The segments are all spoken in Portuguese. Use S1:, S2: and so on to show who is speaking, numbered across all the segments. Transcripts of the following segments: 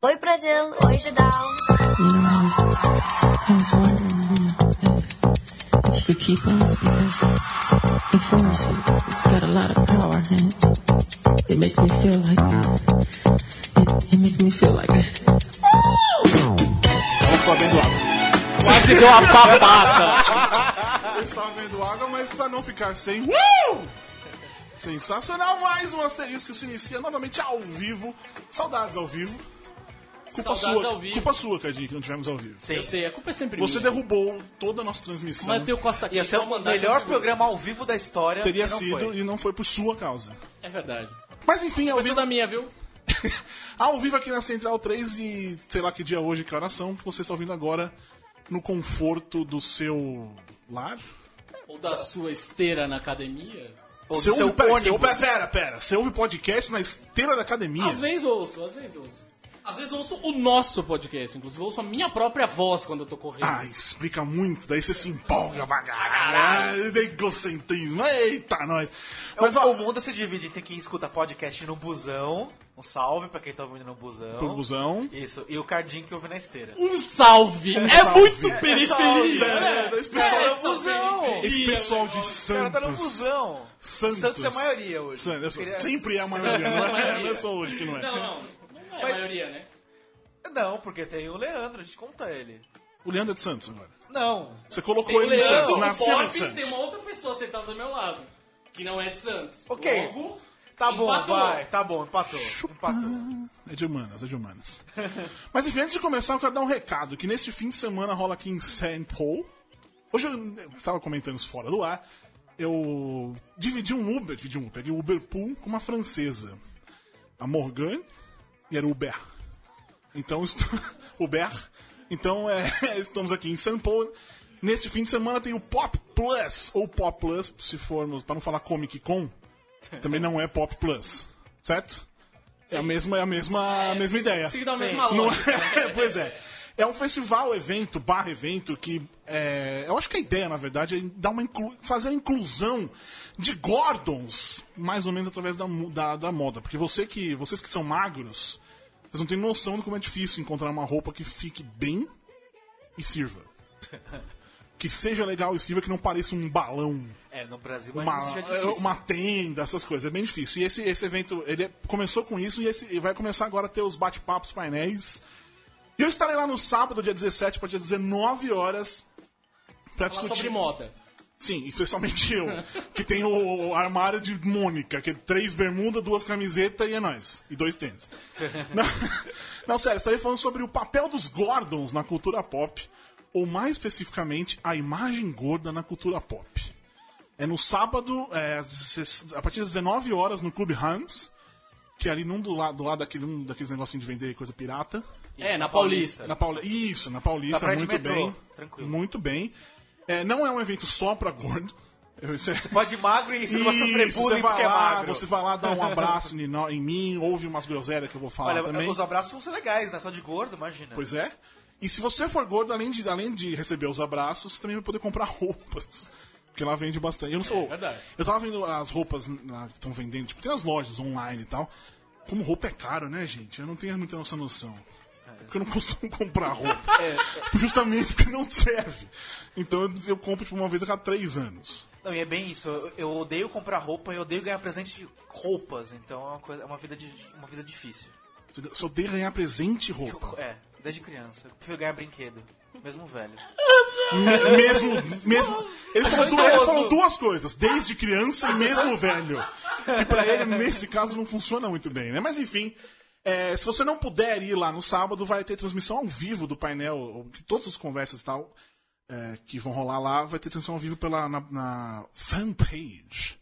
S1: Oi, Brasil. Oi, Judal.
S2: You know, I was, I was wondering, you know, if, if you could keep on because the force it, has got a lot of power and it, it makes me feel like it, it makes me feel like
S3: Quase deu uma papada.
S4: Eu estava vendo água, mas para não ficar sem. Uh! Sensacional! Mais um asterisco se inicia novamente ao vivo. Saudades ao vivo. Culpa
S3: Saudades
S4: sua,
S3: ao vivo.
S4: culpa sua, Cadinho, que não tivemos ao vivo.
S3: Eu sei, a culpa é sempre
S4: Você
S3: minha.
S4: derrubou toda a nossa transmissão.
S3: Mas eu tenho Costa aqui,
S4: é
S5: Ia ser
S3: então
S5: o
S3: mandar
S5: melhor
S3: conseguir.
S5: programa ao vivo da história.
S4: Teria
S5: e não
S4: sido
S5: foi.
S4: e não foi por sua causa.
S3: É verdade.
S4: Mas enfim, ao
S3: Foi
S4: vivo,
S3: toda minha, viu?
S4: ao vivo aqui na Central 3 e sei lá que dia hoje, que horas são, que você está ouvindo agora no conforto do seu lar.
S3: Ou da sua esteira na academia.
S5: Ou do
S4: Você ouve,
S5: seu
S4: pera, você ouve-
S5: ônibus.
S4: pera, pera, você ouve podcast na esteira da academia.
S3: Às vezes ouço, às vezes ouço. Às vezes ouço o nosso podcast, inclusive ouço a minha própria voz quando eu tô correndo.
S4: Ah, explica muito, daí você se empolga pra caralho, de egocentrismo, eita, nós. Mas
S5: é o,
S4: ó,
S5: o mundo se divide tem quem escuta podcast no busão. Um salve pra quem tá ouvindo no busão.
S4: pro busão.
S5: Isso, e o Cardinho que ouve na esteira.
S3: Um salve! é
S4: salve.
S3: muito
S5: salve,
S3: periferia! né?
S4: É, esse pessoal,
S5: É, busão.
S4: esse pessoal de
S5: O cara tá no
S4: Santos.
S5: busão.
S4: Santos.
S5: Santos é a maioria hoje.
S4: Santos, eu sou-
S5: Queria-
S4: sempre é a maioria, não é, não é só hoje que não é.
S3: Não, não. Não é a
S5: Mas-
S3: maioria, né?
S5: Não, porque tem o Leandro, a gente conta ele.
S4: O Leandro é de Santos agora.
S5: Não.
S4: Você colocou
S3: Tem o
S4: ele em Santos,
S3: Leandro, o
S4: nasceu em
S3: Boris, tem
S4: Santos.
S3: uma outra pessoa sentada do meu lado, que não é de Santos.
S5: Ok.
S3: Logo,
S5: Tá bom,
S3: empatou.
S5: vai, tá bom, empatou. Empatou.
S4: É de humanas, é de humanas. Mas enfim, antes de começar, eu quero dar um recado, que neste fim de semana rola aqui em St. Paul. Hoje eu, eu tava comentando isso fora do ar. Eu dividi um Uber, dividi um Uber, peguei o Uber Pool com uma francesa. A Morgane e era o Uber. Então, estou... Uber. Então, é, estamos aqui em São Paulo. Neste fim de semana tem o Pop Plus, ou Pop Plus, se formos, para não falar Comic Con, também não é Pop Plus, certo? É a mesma, é a mesma, a mesma ideia.
S3: Seguindo a mesma
S4: Não
S3: lógica.
S4: é? pois é. É um festival, evento, barra evento, que é, eu acho que a ideia, na verdade, é dar uma inclu- fazer a inclusão de Gordons, mais ou menos através da, mu- da, da moda. Porque você que, vocês que são magros, vocês não têm noção de como é difícil encontrar uma roupa que fique bem e sirva. Que seja legal e sirva, que não pareça um balão
S5: É, no Brasil, mas
S4: uma,
S5: isso já é difícil.
S4: uma tenda, essas coisas. É bem difícil. E esse, esse evento, ele é- começou com isso e esse- e vai começar agora a ter os bate-papos painéis. E eu estarei lá no sábado, dia 17, para dia 19 horas, pra
S3: Falar
S4: discutir.
S3: sobre moda.
S4: Sim, especialmente eu, que tem o armário de Mônica, que é três bermudas, duas camisetas e é nóis. E dois tênis. Não, não, sério, estarei falando sobre o papel dos Gordons na cultura pop, ou mais especificamente, a imagem gorda na cultura pop. É no sábado, é, às 16 a partir das 19 horas, no Clube Rams, que é ali num do lado, do lado daquele, um daqueles negocinhos de vender coisa pirata.
S3: é, na Paulista.
S4: Na Pauli... Isso, na Paulista,
S5: Na praia Tá de
S4: muito
S5: metrô,
S4: bem.
S5: tranquilo.
S4: Muito bem. É, não é um evento só pra gordo. Eu- isso é-
S5: Pode ir magro e você não vai sofrer
S4: Isso, você
S5: bullying
S4: vai
S5: porque é
S4: lá,
S5: magro.
S4: você vai lá dar um abraço em, nó- em mim, ouve umas groselhas que eu vou falar
S5: Olha,
S4: Ah, também.
S5: os abraços vão ser legais, né? Só de gordo, imagina.
S4: Pois é. E se você for gordo, além de, além de receber os abraços, você também vai poder comprar roupas. Porque lá vende bastante. Eu não sou.
S3: verdade.
S4: Eu tava vendo as roupas lá que estão vendendo, tipo, tem as lojas online e tal. Como roupa é caro, né, gente? Eu não tenho muita nossa noção. Porque eu não costumo comprar roupa. Justamente porque não serve. Então eu, eu compro tipo, uma vez a cada três anos.
S5: Não, e é bem isso. Eu, eu odeio comprar roupa e odeio ganhar presente de roupas. Então é uma, coisa, é uma, vida, de, uma vida difícil.
S4: Eu Só odeio ganhar presente e roupa.
S5: É, desde criança. Eu prefiro ganhar brinquedo. Mesmo velho.
S4: mesmo. mesmo ele, falou duas, ele
S5: idoso.
S4: falou duas coisas, desde criança e mesmo velho. Que pra ele, nesse caso, não funciona muito bem, né? Mas enfim. é, se você não puder ir lá no sábado, vai ter transmissão ao vivo do painel, que todas as conversas e tal é, que vão rolar lá, vai ter transmissão ao vivo pela, na, na fanpage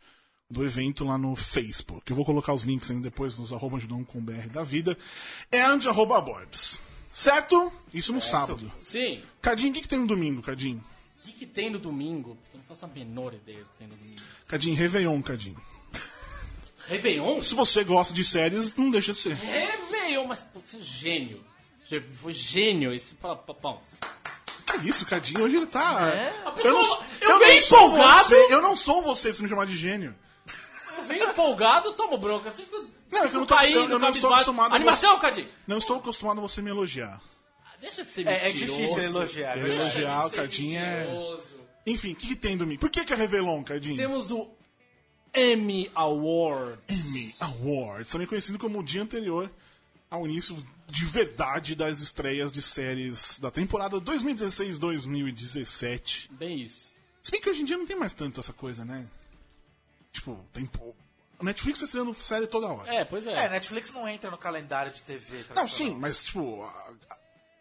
S4: do evento lá no Facebook. Eu vou colocar os links ainda depois nos arroba ajudão com BR da vida. And arroba Borbs. Certo? Isso no sábado.
S3: Sim.
S4: Cadinho, o que, que tem no domingo, Cadinho?
S3: O que, que tem no domingo? Eu não faço a menor ideia do que tem no domingo.
S4: Cadinho, Réveillon, Cadinho.
S3: Réveillon?
S4: Se você gosta de séries, não deixa de ser.
S3: é Réveillon, mas pô, foi gênio. Foi gênio esse pa- pa- pão.
S4: Que isso, Cadinho, hoje ele tá.
S3: pessoa- É. eu
S4: não
S3: venho
S4: sou
S3: empolgado.
S4: você, eu não sou você pra você me chamar de gênio.
S3: Eu venho empolgado, tomo bronca. Você fica
S4: Não, é que eu não tô,
S3: Caí
S4: acostumado- eu
S3: no
S4: não estou
S3: cabisbaixo.
S4: acostumado. a você-
S3: Animação, Cadinho! Ah,
S4: Não estou acostumado a você me elogiar.
S3: Deixa de ser
S5: É, é
S3: mentiroso.
S5: difícil elogiar. é
S4: Eu
S5: verdade.
S4: elogiar o
S3: Ser
S4: Cadinho é.
S3: mentiroso.
S4: Enfim, o que, que tem do mim? Por que, que é Revelon, Cadinho?
S3: Temos o Emmy Award.
S4: Emmy Awards, também conhecido como o dia anterior ao início de verdade das estreias de séries da temporada 2016-2017.
S3: Bem isso.
S4: Se bem que hoje em dia não tem mais tanto essa coisa, né? Tipo, tem pô- A Netflix tá estreando série toda hora.
S3: É, pois é.
S5: É, Netflix não entra no calendário de TV.
S4: não,
S5: tradicional.
S4: sim, mas tipo, a- a-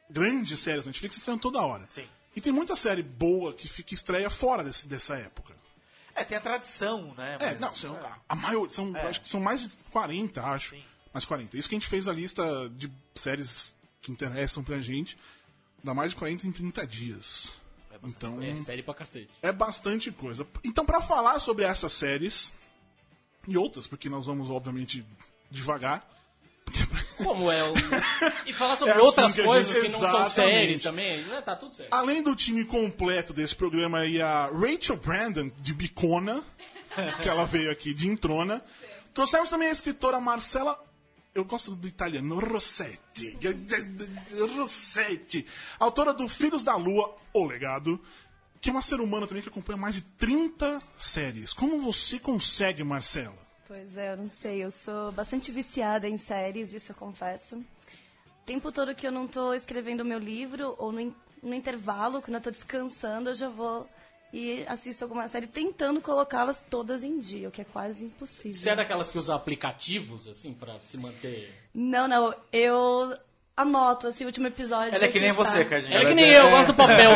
S4: grandes séries da Netflix estreiam toda hora.
S5: Sim.
S4: E tem muita série boa que fica estreia fora desse- dessa época.
S5: É, tem a tradição, né?
S4: É,
S5: mas-
S4: não, são, a, a maioria, são, acho que são mais de 40, acho.
S5: Sim.
S4: Mais 40. Isso que a gente fez a lista de séries que interessam pra gente, dá mais de 40 em 30 dias. então,
S3: É série pra cacete.
S4: é bastante coisa. Então, pra falar sobre essas séries e outras, porque nós vamos, obviamente, devagar.
S3: Como é o... E falar sobre
S4: É assim
S3: outras
S4: que a gente-
S3: coisas que não são
S4: Exatamente.
S3: séries também. né? Tá tudo certo.
S4: Além do time completo desse programa aí, a Rachel Brandon, de Bicona, que ela veio aqui de Introna. Trouxemos também a escritora Marcela. Eu gosto do italiano, Rossetti. Rossetti. Autora do Filhos da Lua, O Legado. Que é uma ser humana também que acompanha mais de 30 séries. Como você consegue, Marcela?
S6: Pois é, eu não sei. Eu sou bastante viciada em séries, isso eu confesso. O tempo todo que eu não tô escrevendo meu livro, ou no, in- no intervalo, quando eu tô descansando, eu já vou e assisto alguma série tentando colocá-las todas em dia, o que é quase impossível.
S3: Você é daquelas que usa aplicativos, assim, pra se manter...
S6: Não, não, eu anoto, assim, o último episódio. É.
S5: Ela é que nem
S6: tá.
S5: você, Cardinho.
S3: É que nem eu, eu gosto do papel.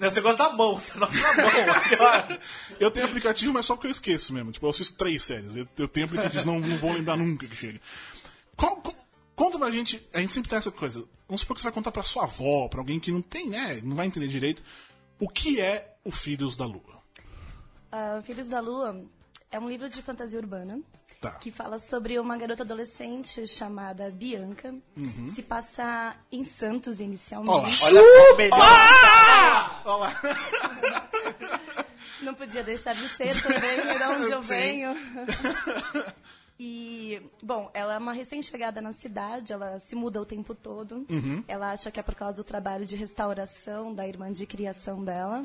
S5: Não, você gosta da mão, você não gosta da mão. é pior.
S4: Eu tenho aplicativo, mas só porque eu esqueço mesmo. Tipo, eu assisto três séries. Eu, eu tenho aplicativo, não, não vou lembrar nunca que chega. Qual- co- conta pra gente. A gente sempre tem essa coisa. Vamos supor que você vai contar pra sua avó, pra alguém que não tem, né? Não vai entender direito. O que é o Filhos da Lua?
S6: Ah, Filhos da Lua é um livro de fantasia urbana
S4: Tá.
S6: que fala sobre uma garota adolescente chamada Bianca. Se passa em Santos
S4: Uhum. Olha lá.
S6: inicialmente.
S5: Olha só o melhor.
S4: Olha lá.
S6: Não podia deixar de ser também, era onde eu
S4: Sim.
S6: venho. E, bom, ela é uma recém-chegada na cidade, ela se muda o tempo todo. Ela acha que é por causa do trabalho de restauração da irmã de criação dela.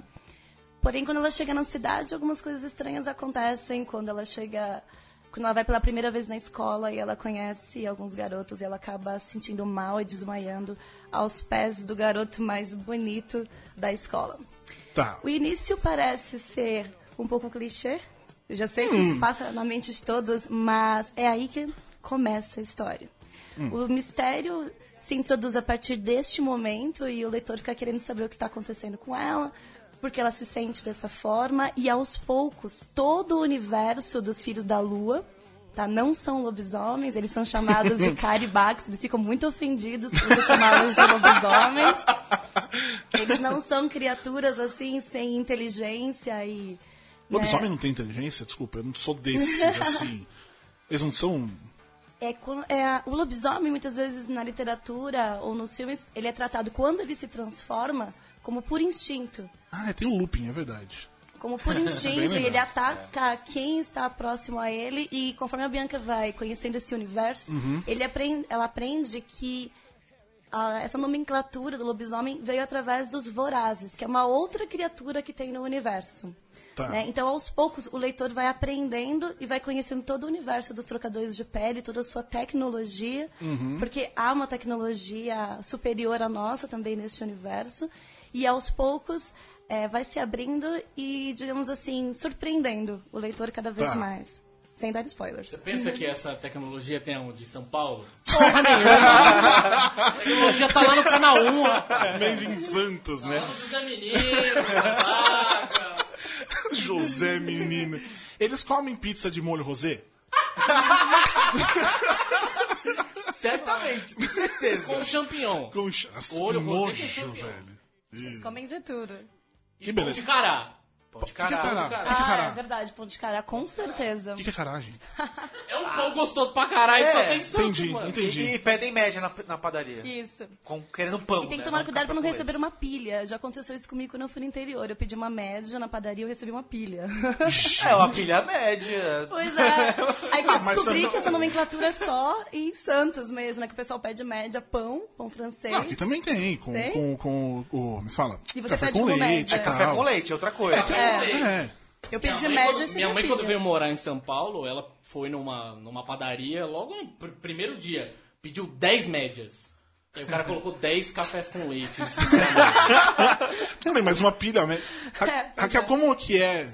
S6: Porém, quando ela chega na cidade, algumas coisas estranhas acontecem. Quando ela chega. Quando ela vai pela primeira vez na escola e ela conhece alguns garotos e ela acaba se sentindo mal e desmaiando aos pés do garoto mais bonito da escola.
S4: Tá.
S6: O início parece ser um pouco clichê. Eu já sei que isso passa na mente de todos, mas é aí que começa a história. O mistério se introduz a partir deste momento e o leitor fica querendo saber o que está acontecendo com ela, porque ela se sente dessa forma e aos poucos todo o universo dos filhos da lua Tá, não são lobisomens, eles são chamados de caribax, eles ficam muito ofendidos por ser chamados de lobisomens. Eles não são criaturas assim, sem inteligência e.
S4: Lobisomem não tem inteligência? Desculpa, eu não sou desses assim. Eles não são.
S6: É, quan- é a- o lobisomem, muitas vezes na literatura ou nos filmes, ele é tratado quando ele se transforma como por instinto.
S4: Ah, é, tem o looping, é verdade.
S6: Como por
S4: É Bem é.
S6: instinto,
S4: legal.
S6: e ele ataca quem está próximo a ele. E conforme a Bianca vai conhecendo esse universo,
S4: Uhum.
S6: ele aprende, ela aprende que ah, essa nomenclatura do lobisomem veio através dos vorazes, que é uma outra criatura que tem no universo.
S4: Tá.
S6: né? Então, aos poucos, o leitor vai aprendendo e vai conhecendo todo o universo dos trocadores de pele, toda a sua tecnologia, porque há uma tecnologia superior à nossa também neste universo. E aos poucos eh, vai se abrindo e, digamos assim, surpreendendo o leitor cada vez
S4: Tá.
S6: mais. Sem dar spoilers.
S3: Pensa que essa tecnologia tem onde? Em São Paulo? Porra nenhuma! a tecnologia tá lá no canal 1, rapaz.
S4: Made in Ah, Santos, né?
S3: Falando do Zé Menino, saca?
S4: José Menino. Eles comem pizza de molho rosé?
S5: Certamente, tenho certeza.
S3: Com champignon.
S4: Com chance.
S3: Molho
S4: que
S3: rosé com
S4: assim, nojo,
S3: champignon.
S4: velho.
S6: Comem de tudo.
S4: Que
S3: Pão
S4: beleza.
S3: de cará.
S5: Pão de
S4: que é
S5: caralho.
S4: cará? Que
S3: cará.
S4: que é
S6: Ah, é
S4: cará?
S6: verdade, pão de cará, com certeza.
S4: O que, que é cará, gente?
S3: É um pão gostoso pra caralho,
S5: É,
S3: só tem Santos,
S4: Ah. entendi,
S3: mano.
S4: entendi.
S5: E, e pedem média na, na padaria.
S6: Isso.
S5: Com, querendo pão.
S6: E tem que
S5: né?
S6: tomar
S5: Não
S6: cuidado pra não
S5: café com
S6: receber
S5: leite.
S6: uma pilha. Já aconteceu isso comigo quando eu fui no interior. Eu pedi uma média na padaria e eu recebi uma pilha.
S5: É, uma pilha média.
S6: pois é. Aí que eu
S4: Ah, mas
S6: descobri
S4: também-
S6: que essa nomenclatura é só em Santos mesmo, né? Que o pessoal pede média pão, pão francês.
S4: Não, aqui também tem, com,
S6: Tem?
S4: Com, com, o. Me fala.
S6: E você tá
S4: café
S6: pede
S4: com
S6: com
S4: leite.
S6: leite,
S5: É
S4: e
S5: café
S4: tal.
S5: com leite, é outra coisa.
S4: É.
S6: Eu pedi
S3: minha mãe,
S6: média
S3: quando,
S6: sem
S3: minha
S6: a
S3: mãe
S6: pilha.
S3: quando veio morar em São Paulo, ela foi numa, numa padaria logo no pr- primeiro dia, pediu 10 médias. E aí o cara colocou 10 cafés com leite. em cima.
S4: Não, bem, mas uma pilha, né? Ra-
S6: É, pois
S4: Raquel,
S6: é.
S4: como que é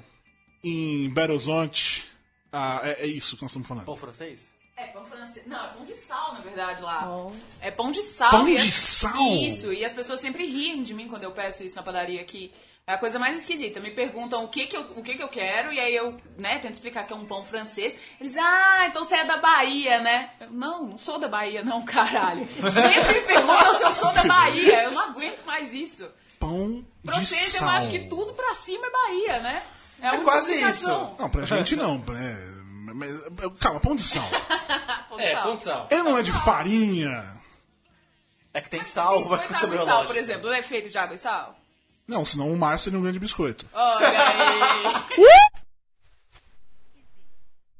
S4: em Belo Horizonte? Ah, é, é isso que nós estamos falando.
S5: Pão francês?
S7: É pão francês. Não, é pão de sal, na verdade, lá.
S6: Oh.
S7: É pão de sal.
S4: Pão
S7: e
S4: de
S7: as-
S4: sal?
S7: Isso, e as pessoas sempre riem de mim quando eu peço isso na padaria aqui. É a coisa mais esquisita. Me perguntam o que que eu, o que que eu quero, e aí eu, né, tento explicar que é um pão francês. Eles, ah, então você é da Bahia, né? Eu, não, não sou da Bahia, não, caralho. Sempre me perguntam se eu sou da Bahia. Eu não aguento mais isso.
S4: Pão
S7: Pra
S4: de
S7: vocês,
S4: sal.
S7: eu acho que tudo pra cima é Bahia, né? É, a única
S5: quase isso.
S7: explicação.
S4: Não, pra gente não. É, mas, calma, pão de sal.
S7: Ah, Pão de
S3: é,
S7: sal.
S3: pão de sal.
S4: Ele não é de farinha.
S5: É que tem sal, vai
S7: Biscoito, água
S5: saber
S7: e
S5: o
S7: sal,
S5: lógico.
S7: por exemplo. Não é feito de água e sal?
S4: Não, senão o mar seria um grande biscoito.
S7: Olha aí.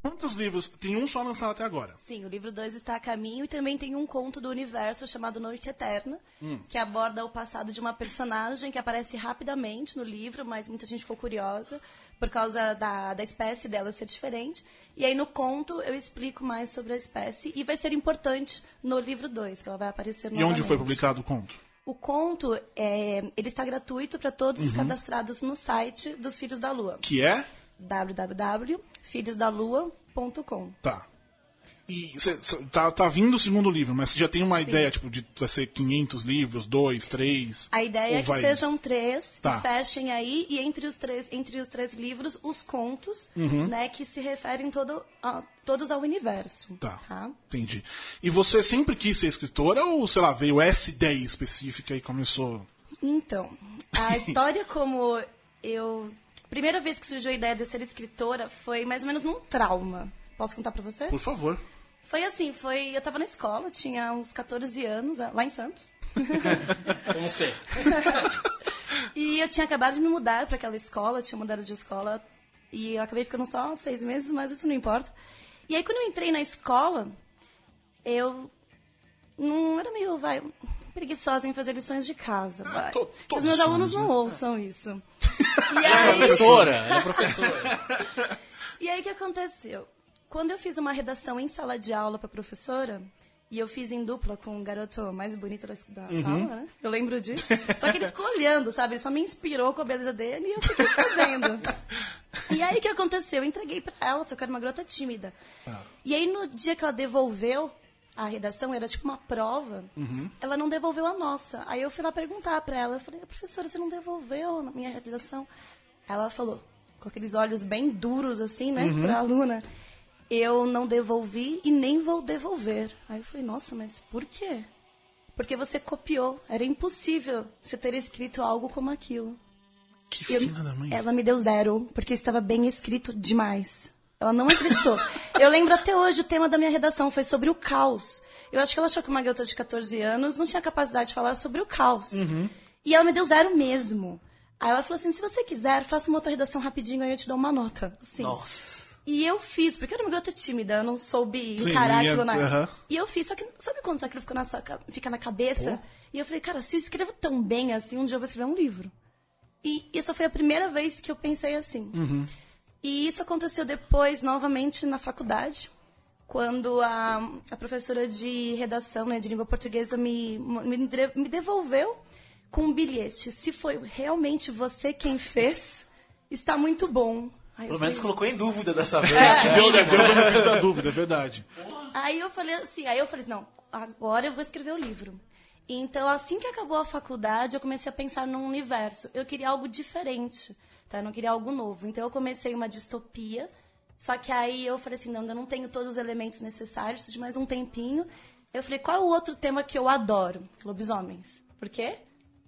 S4: Quantos livros? Tem um só lançado até agora.
S6: Sim, o livro 2 está a caminho e também tem um conto do universo chamado Noite Eterna,
S4: Hum.
S6: que aborda o passado de uma personagem que aparece rapidamente no livro, mas muita gente ficou curiosa por causa da, da espécie dela ser diferente. E aí no conto eu explico mais sobre a espécie e vai ser importante no livro 2, que ela vai aparecer
S4: E onde foi
S6: novamente.
S4: publicado o conto?
S6: O conto, é, ele está gratuito para todos
S4: Uhum.
S6: os cadastrados no site dos Filhos da Lua,
S4: Que é?
S6: www.filhosdalua.com.
S4: Tá. E cê, cê- tá, tá vindo o segundo livro, mas você já tem uma ideia, tipo, de vai ser 500 livros, dois, três?
S6: A ideia
S4: Ou
S6: é que
S4: vai-
S6: sejam três,
S4: Tá.
S6: e fechem aí, e entre os três, entre os três livros, os contos,
S4: Uhum.
S6: né, que se referem todo a- todos ao universo.
S4: Tá. Entendi. E você sempre quis ser escritora ou, sei lá, veio essa ideia específica e começou.
S6: Então, a história como eu. Primeira vez que surgiu a ideia de eu ser escritora foi mais ou menos num trauma. Posso contar pra você?
S4: Por favor.
S6: Foi assim, foi. Eu tava na escola, tinha uns 14 anos, é, lá em Santos.
S3: Não sei.
S6: E eu tinha acabado de me mudar para aquela escola, eu tinha mudado de escola e eu acabei ficando só seis meses, mas isso não importa. E aí quando eu entrei na escola, eu não era meio vai preguiçosa em fazer lições de casa.
S4: Ah,
S6: vai.
S4: to-
S6: Os
S4: todos
S6: meus
S4: somos,
S6: alunos não
S4: né?
S6: ouçam isso. E
S3: Ela é
S6: aí,
S3: professora, ela é professora.
S6: e aí o que aconteceu? Quando eu fiz uma redação em sala de aula para professora, e eu fiz em dupla com o garoto mais bonito da, da sala, né? Eu lembro disso. Só que ele ficou olhando, sabe? Ele só me inspirou com a beleza dele e eu fiquei fazendo. e aí o que aconteceu? Eu entreguei para ela, só que eu era uma garota tímida. E aí no dia que ela devolveu a redação, era tipo uma prova, ela não devolveu a nossa. Aí eu fui lá perguntar para ela, eu falei, professora, você não devolveu a minha redação? Ela falou, com aqueles olhos bem duros, assim, né, pra aluna. Eu não devolvi e nem vou devolver. Aí eu falei, nossa, mas por quê? Porque você copiou. Era impossível você ter escrito algo como aquilo.
S4: Que
S6: Eu- é
S4: filha da mãe.
S6: Ela me deu zero, porque estava bem escrito demais. Ela não acreditou. eu lembro até hoje o tema da minha redação foi sobre o caos. Eu acho que ela achou que uma garota de 14 anos não tinha capacidade de falar sobre o caos.
S4: Uhum.
S6: E ela me deu zero mesmo. Aí ela falou assim: se você quiser, faça uma outra redação rapidinho, aí eu te dou uma nota. Assim.
S5: Nossa.
S6: E eu fiz, porque eu era uma garota tímida, eu não soube
S4: Sim,
S6: encarar
S4: ia-
S6: aquilo na.
S4: aham.
S6: E eu fiz, só que sabe quando isso aquilo fica na, sua ca- fica na cabeça? E eu falei, cara, se eu escrevo tão bem assim, um dia eu vou escrever um livro. E essa foi a primeira vez que eu pensei assim.
S4: Uhum.
S6: E isso aconteceu depois, novamente, na faculdade, quando a, a professora de redação, né, de língua portuguesa, me, me, dre- me devolveu com um bilhete. Se foi realmente você quem fez, está muito bom. Aí
S5: Pelo
S6: eu falei,
S5: menos colocou em dúvida dessa vez. né?
S4: Deu, deu o benefício da dúvida, é verdade.
S6: Aí eu falei assim, aí eu falei assim, não, agora eu vou escrever o livro. Então, assim que acabou a faculdade, eu comecei a pensar num universo. Eu queria algo diferente, tá? Eu não queria algo novo. Então, eu comecei uma distopia. Só que aí eu falei assim, não, eu não tenho todos os elementos necessários, preciso de mais um tempinho. Eu falei, qual é o outro tema que eu adoro? Lobisomens. Por quê?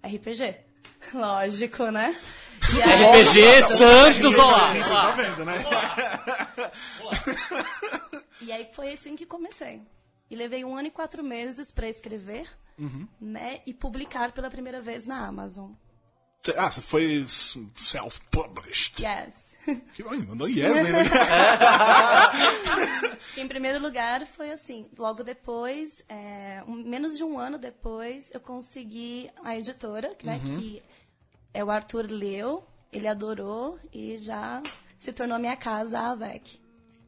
S6: RPG. Lógico, né? E
S3: É
S6: aí-
S3: RPG Santos,
S4: Você
S3: olá.
S4: tá vendo, né?
S6: E aí foi assim que comecei. E levei um ano e quatro meses pra escrever, né? E publicar pela primeira vez na Amazon.
S4: Cê- ah, você foi self-published.
S6: Yes.
S4: Que Ai, mandou yes, né?
S6: Em primeiro lugar foi assim. Logo depois, é, um- menos de um ano depois, eu consegui a editora, que, né? Que é o Arthur leu, ele adorou e já se tornou minha casa, a AVEC.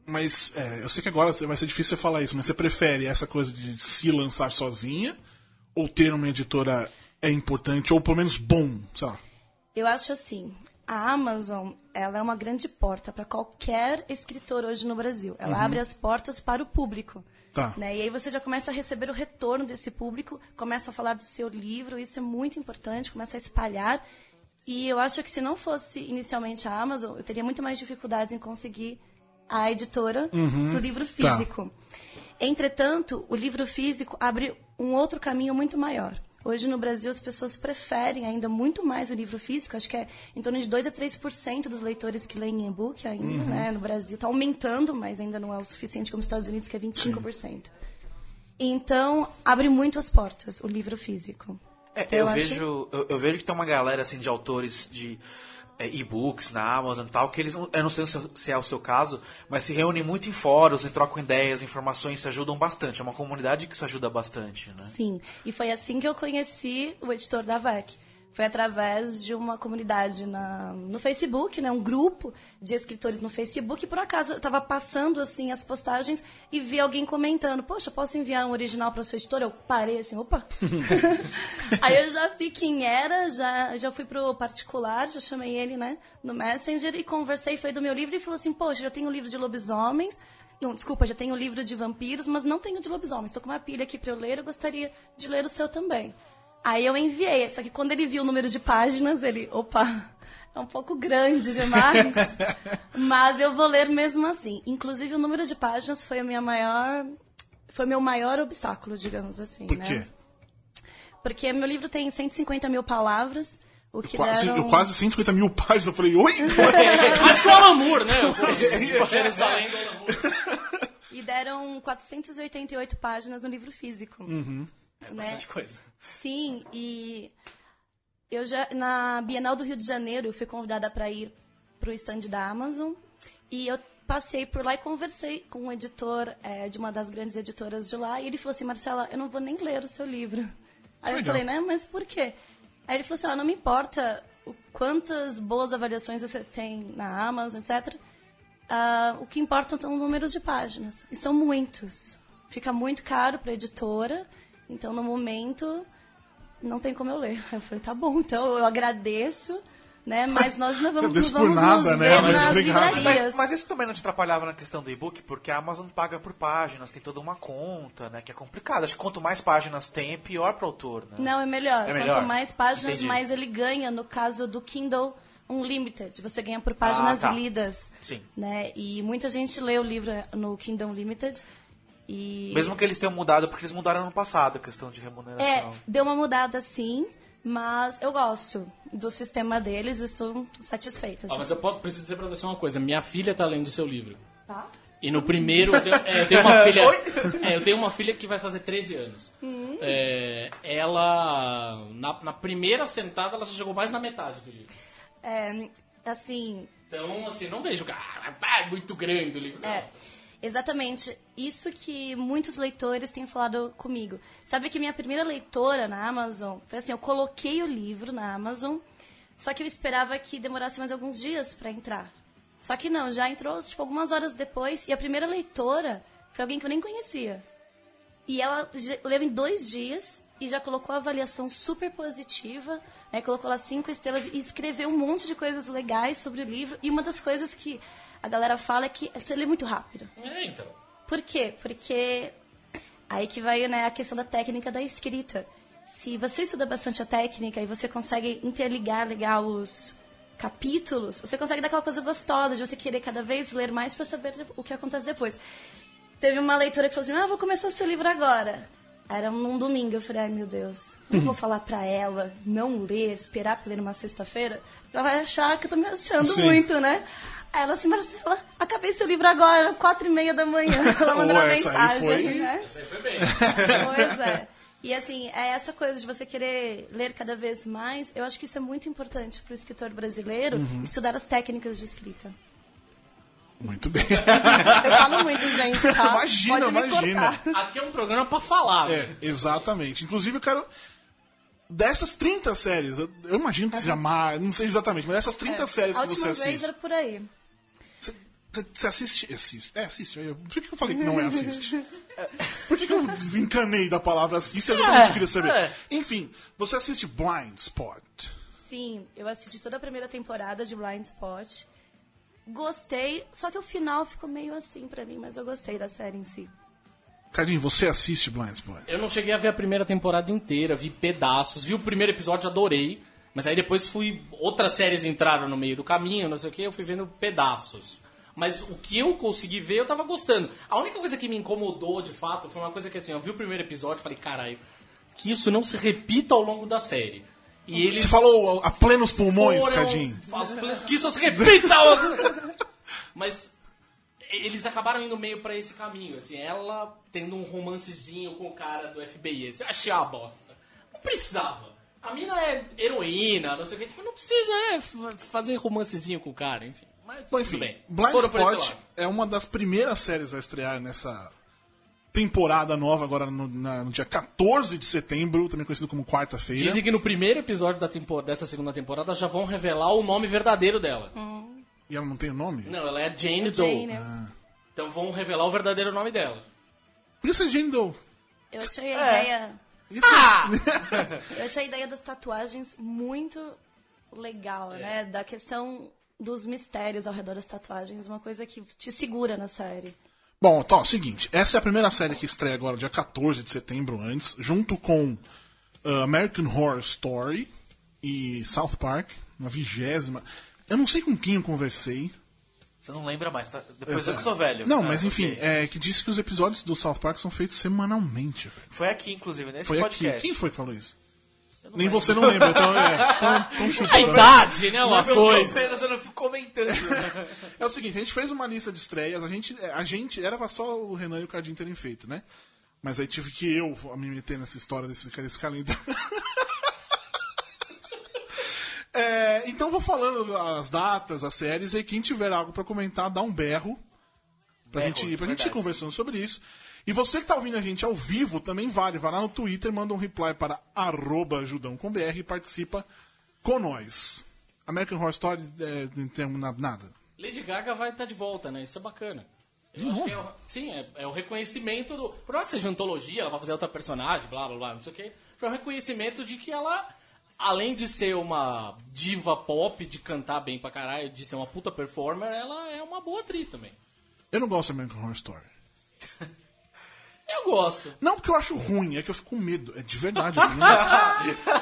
S4: Mas é, eu sei que agora vai ser difícil você falar isso, mas você prefere essa coisa de se lançar sozinha? Ou ter uma editora é importante, ou pelo menos bom, sei lá.
S6: Eu acho assim, a Amazon, ela é uma grande porta para qualquer escritor hoje no Brasil. Ela abre as portas para o público.
S4: Tá.
S6: Né? E aí você já começa a receber o retorno desse público, começa a falar do seu livro, isso é muito importante, começa a espalhar. E eu acho que se não fosse inicialmente a Amazon, eu teria muito mais dificuldades em conseguir a editora do livro físico. Entretanto, o livro físico abre um outro caminho muito maior. Hoje no Brasil as pessoas preferem ainda muito mais o livro físico, acho que é em torno de 2 a 3% dos leitores que leem e-book ainda, né, no Brasil. Está aumentando, mas ainda não é o suficiente como nos Estados Unidos, que é 25%. Então, abre muito as portas o livro físico.
S5: É,
S6: Então,
S5: eu,
S6: acho-
S5: vejo, eu, eu vejo que tem uma galera assim de autores de é, e-books na Amazon e tal, que eles, não- eu não sei se, se é o seu caso, mas se reúnem muito em fóruns e trocam ideias, informações, se ajudam bastante. É uma comunidade que se ajuda bastante, né?
S6: Sim, e foi assim que eu conheci o editor da VEC. Foi através de uma comunidade na, no Facebook, né? Um grupo de escritores no Facebook. E por acaso eu estava passando assim as postagens e vi alguém comentando: Poxa, posso enviar um original para sua editora? Eu parei assim, opa! Aí eu já vi quem era, já, já fui pro particular, já chamei ele, né? No Messenger e conversei, foi do meu livro e falou assim: Poxa, já tenho um livro de lobisomens. Não, desculpa, já tenho o livro de vampiros, mas não tenho de lobisomens. Estou com uma pilha aqui para eu ler, eu gostaria de ler o seu também. Aí eu enviei, só que quando ele viu o número de páginas, ele, opa, é um pouco grande demais, mas eu vou ler mesmo assim. Inclusive, o número de páginas foi a minha maior, foi meu maior obstáculo, digamos assim,
S4: Por
S6: né?
S4: quê?
S6: Porque meu livro tem 150 mil palavras, o que
S4: Quase,
S6: deram...
S4: eu quase 150 mil páginas, eu falei, oi?
S3: Mas que o Alamur, né? Tipo, Jerusalém do Alamur.
S6: Né? E deram 488 páginas no livro físico. Uhum. Né?
S3: Bastante coisa.
S6: Sim, e eu já na Bienal do Rio de Janeiro eu fui convidada para ir pro stand da Amazon e eu passei por lá e conversei com um editor eh, de uma das grandes editoras de lá e ele falou assim, Marcela, eu não vou nem ler o seu livro. Aí eu
S4: Legal.
S6: falei, né, mas por quê? Aí ele falou assim, ó, não me importa o- quantas boas avaliações você tem na Amazon, etc. Ah, o que importa são os números de páginas. E são muitos. Fica muito caro para editora. Então, no momento, não tem como eu ler. Eu falei, tá bom, então eu agradeço, né? Mas nós não vamos, não
S4: Agradeço
S6: vamos
S4: por nada,
S6: nos
S4: né?
S6: ver
S4: Mas
S6: nas
S4: obrigado.
S6: livrarias.
S5: Mas, mas isso também não te atrapalhava na questão do e-book, porque a Amazon paga por páginas, tem toda uma conta, né? Que é complicado. Acho que quanto mais páginas tem, pior pro autor, né?
S6: Não, é melhor.
S5: É melhor?
S6: Quanto mais páginas,
S5: Entendi.
S6: mais ele ganha. No caso do Kindle Unlimited, você ganha por páginas
S5: Ah, tá.
S6: lidas.
S5: Sim.
S6: Né? E muita gente lê o livro no Kindle Unlimited. E...
S5: Mesmo assim, que eles tenham mudado, porque eles mudaram ano passado a questão de remuneração.
S6: É, deu uma mudada sim, mas eu gosto do sistema deles, estou
S3: Ó,
S6: satisfeita. assim.
S3: Ah, mas eu po- preciso dizer pra você uma coisa. Minha filha tá lendo o seu livro.
S6: Tá?
S3: E no primeiro, eu tenho, é, eu tenho uma filha. é, eu tenho uma filha que vai fazer 13 anos. É, ela. Na, na primeira sentada, ela já chegou mais na metade do livro.
S6: É, assim,
S3: Então, assim, não vejo, cara, ah, é muito grande o livro. Não.
S6: é, exatamente isso que muitos leitores têm falado comigo. Sabe que minha primeira leitora na Amazon foi assim, eu coloquei o livro na Amazon, só que eu esperava que demorasse mais alguns dias para entrar. Só que não, já entrou tipo algumas horas depois e a primeira leitora foi alguém que eu nem conhecia. E ela ge- leu em dois dias e já colocou a avaliação super positiva, né? Colocou lá cinco estrelas e escreveu um monte de coisas legais sobre o livro. E uma das coisas que a galera fala é que você lê muito rápido.
S3: É, então.
S6: Por quê? Porque aí que vai né, a questão da técnica da escrita. Se você estuda bastante a técnica e você consegue interligar legal os capítulos, você consegue dar aquela coisa gostosa de você querer cada vez ler mais para saber o que acontece depois. Teve uma leitora que falou assim: Ah, eu vou começar seu livro agora. Era num domingo, eu falei, ai meu Deus, não vou falar pra ela, não ler, esperar pra ler numa sexta-feira, ela vai achar que eu tô me achando
S4: Sim.
S6: muito, né? Aí ela assim, Marcela, acabei seu livro agora, quatro e meia da manhã. Ela mandou uma
S4: Ué, essa aí
S6: mensagem,
S4: foi-
S6: né?
S3: Isso aí foi bem.
S6: Pois é. E assim, é essa coisa de você querer ler cada vez mais, eu acho que isso é muito importante para o escritor brasileiro
S4: Uhum.
S6: estudar as técnicas de escrita.
S4: Muito bem.
S6: Eu falo muito, gente, tá?
S4: Imagina,
S6: Pode me
S4: imagina.
S6: cortar.
S3: Aqui é um programa pra falar. né?
S4: É, exatamente. Inclusive, eu quero. Dessas 30 séries, eu, eu imagino que seja mais. Não sei exatamente, mas dessas 30 séries
S6: É, A
S4: que
S6: última
S4: você
S6: vez
S4: assiste.
S6: era por aí.
S4: Você- Você você assiste, assiste. É, assiste. Eu- Por que que eu falei que não é assiste? Por que, que eu desencanei da palavra assiste? Isso é o que eu queria saber.
S5: é.
S4: Enfim, você assiste Blind Spot.
S6: Sim, eu assisti toda a primeira temporada de Blind Spot. Gostei, só que o final ficou meio assim pra mim, mas eu gostei da série em si.
S4: Cadinho, você assiste Blind Spot?
S3: Eu não cheguei a ver a primeira temporada inteira, vi pedaços, vi o primeiro episódio, adorei. Mas aí depois fui. Outras séries entraram no meio do caminho, não sei o que, eu fui vendo pedaços. Mas o que eu consegui ver, eu tava gostando. A única coisa que me incomodou, de fato, foi uma coisa que assim, eu vi o primeiro episódio e falei, caralho, que isso não se repita ao longo da série. E eles
S4: Você falou a a plenos pulmões,
S3: foram-
S4: Cadinho.
S3: faço planos que isso se repita! Mas eles acabaram indo meio pra esse caminho, assim, ela tendo um romancezinho com o cara do FBI. assim, Eu achei uma bosta. Não precisava. A mina é heroína, não sei o que, tipo, não precisa né, f- fazer romancezinho com o cara, enfim. Mas
S4: Bom,
S3: tudo
S4: enfim,
S3: bem.
S4: Blind
S3: Foram por esse
S4: Spot
S3: lado.
S4: é uma das primeiras séries a estrear nessa temporada nova, agora no, na- no dia 14 de setembro, também conhecido como quarta-feira.
S3: Dizem que no primeiro episódio da tempo- dessa segunda temporada já vão revelar o nome verdadeiro dela.
S4: E ela não tem o nome?
S3: Não, ela Hum. é Jane
S6: Jane,
S3: Doe.
S6: né?
S3: Então vão revelar o verdadeiro nome dela.
S4: Por isso é Jane Doe.
S6: Eu achei a ideia. Ah!
S4: Isso-
S6: Eu achei a ideia das tatuagens muito legal, né? Da questão dos mistérios ao redor das tatuagens, uma coisa que te segura na série.
S4: Bom, então, é o seguinte, essa é a primeira série que estreia agora, dia 14 de setembro, antes, junto com ah, American Horror Story e South Park, na vigésima. Eu não sei com quem eu conversei.
S5: Você não lembra mais, tá? Depois eu que sou velho.
S4: Não,
S5: Ah,
S4: mas enfim,
S5: ok.
S4: é que disse que os episódios do South Park são feitos semanalmente, velho.
S5: Foi aqui, inclusive, nesse
S4: Foi
S5: podcast.
S4: aqui. Quem foi que falou isso? Nem você não lembra, então é. Tão, tão
S3: A
S4: chutando.
S3: idade, né? Uma
S5: Mas eu
S3: coisa.
S5: sei, mas eu não fico comentando. né?
S4: É o seguinte, a gente fez uma lista de estreias, a gente, é, a gente era pra só o Renan e o Cardinho terem feito, né? Mas aí tive que eu me meter nessa história desse, desse calendário. É, então vou falando as datas, as séries, e quem tiver algo pra comentar, dá um berro. Pra,
S5: Berro,
S4: gente, pra gente ir
S5: verdade.
S4: conversando sobre isso. E você que tá ouvindo a gente ao vivo também vale. Vai lá no Twitter, manda um reply para arroba judãocombr e participa com nós. American Horror Story é, não tem na- nada.
S3: Lady Gaga vai estar de volta, né? Isso é bacana. Eu
S4: De
S3: acho
S4: novo?
S3: que é o- sim, é, é o reconhecimento do. Por ela seja antologia, ela vai fazer outra personagem, blá blá blá, não sei o quê. Foi o reconhecimento de que ela, além de ser uma diva pop, de cantar bem pra caralho, de ser uma puta performer, ela é uma boa atriz também.
S4: Eu não gosto de American Horror Story.
S3: Eu gosto.
S4: Não porque eu acho ruim, é que eu fico com medo. É de verdade. eu não-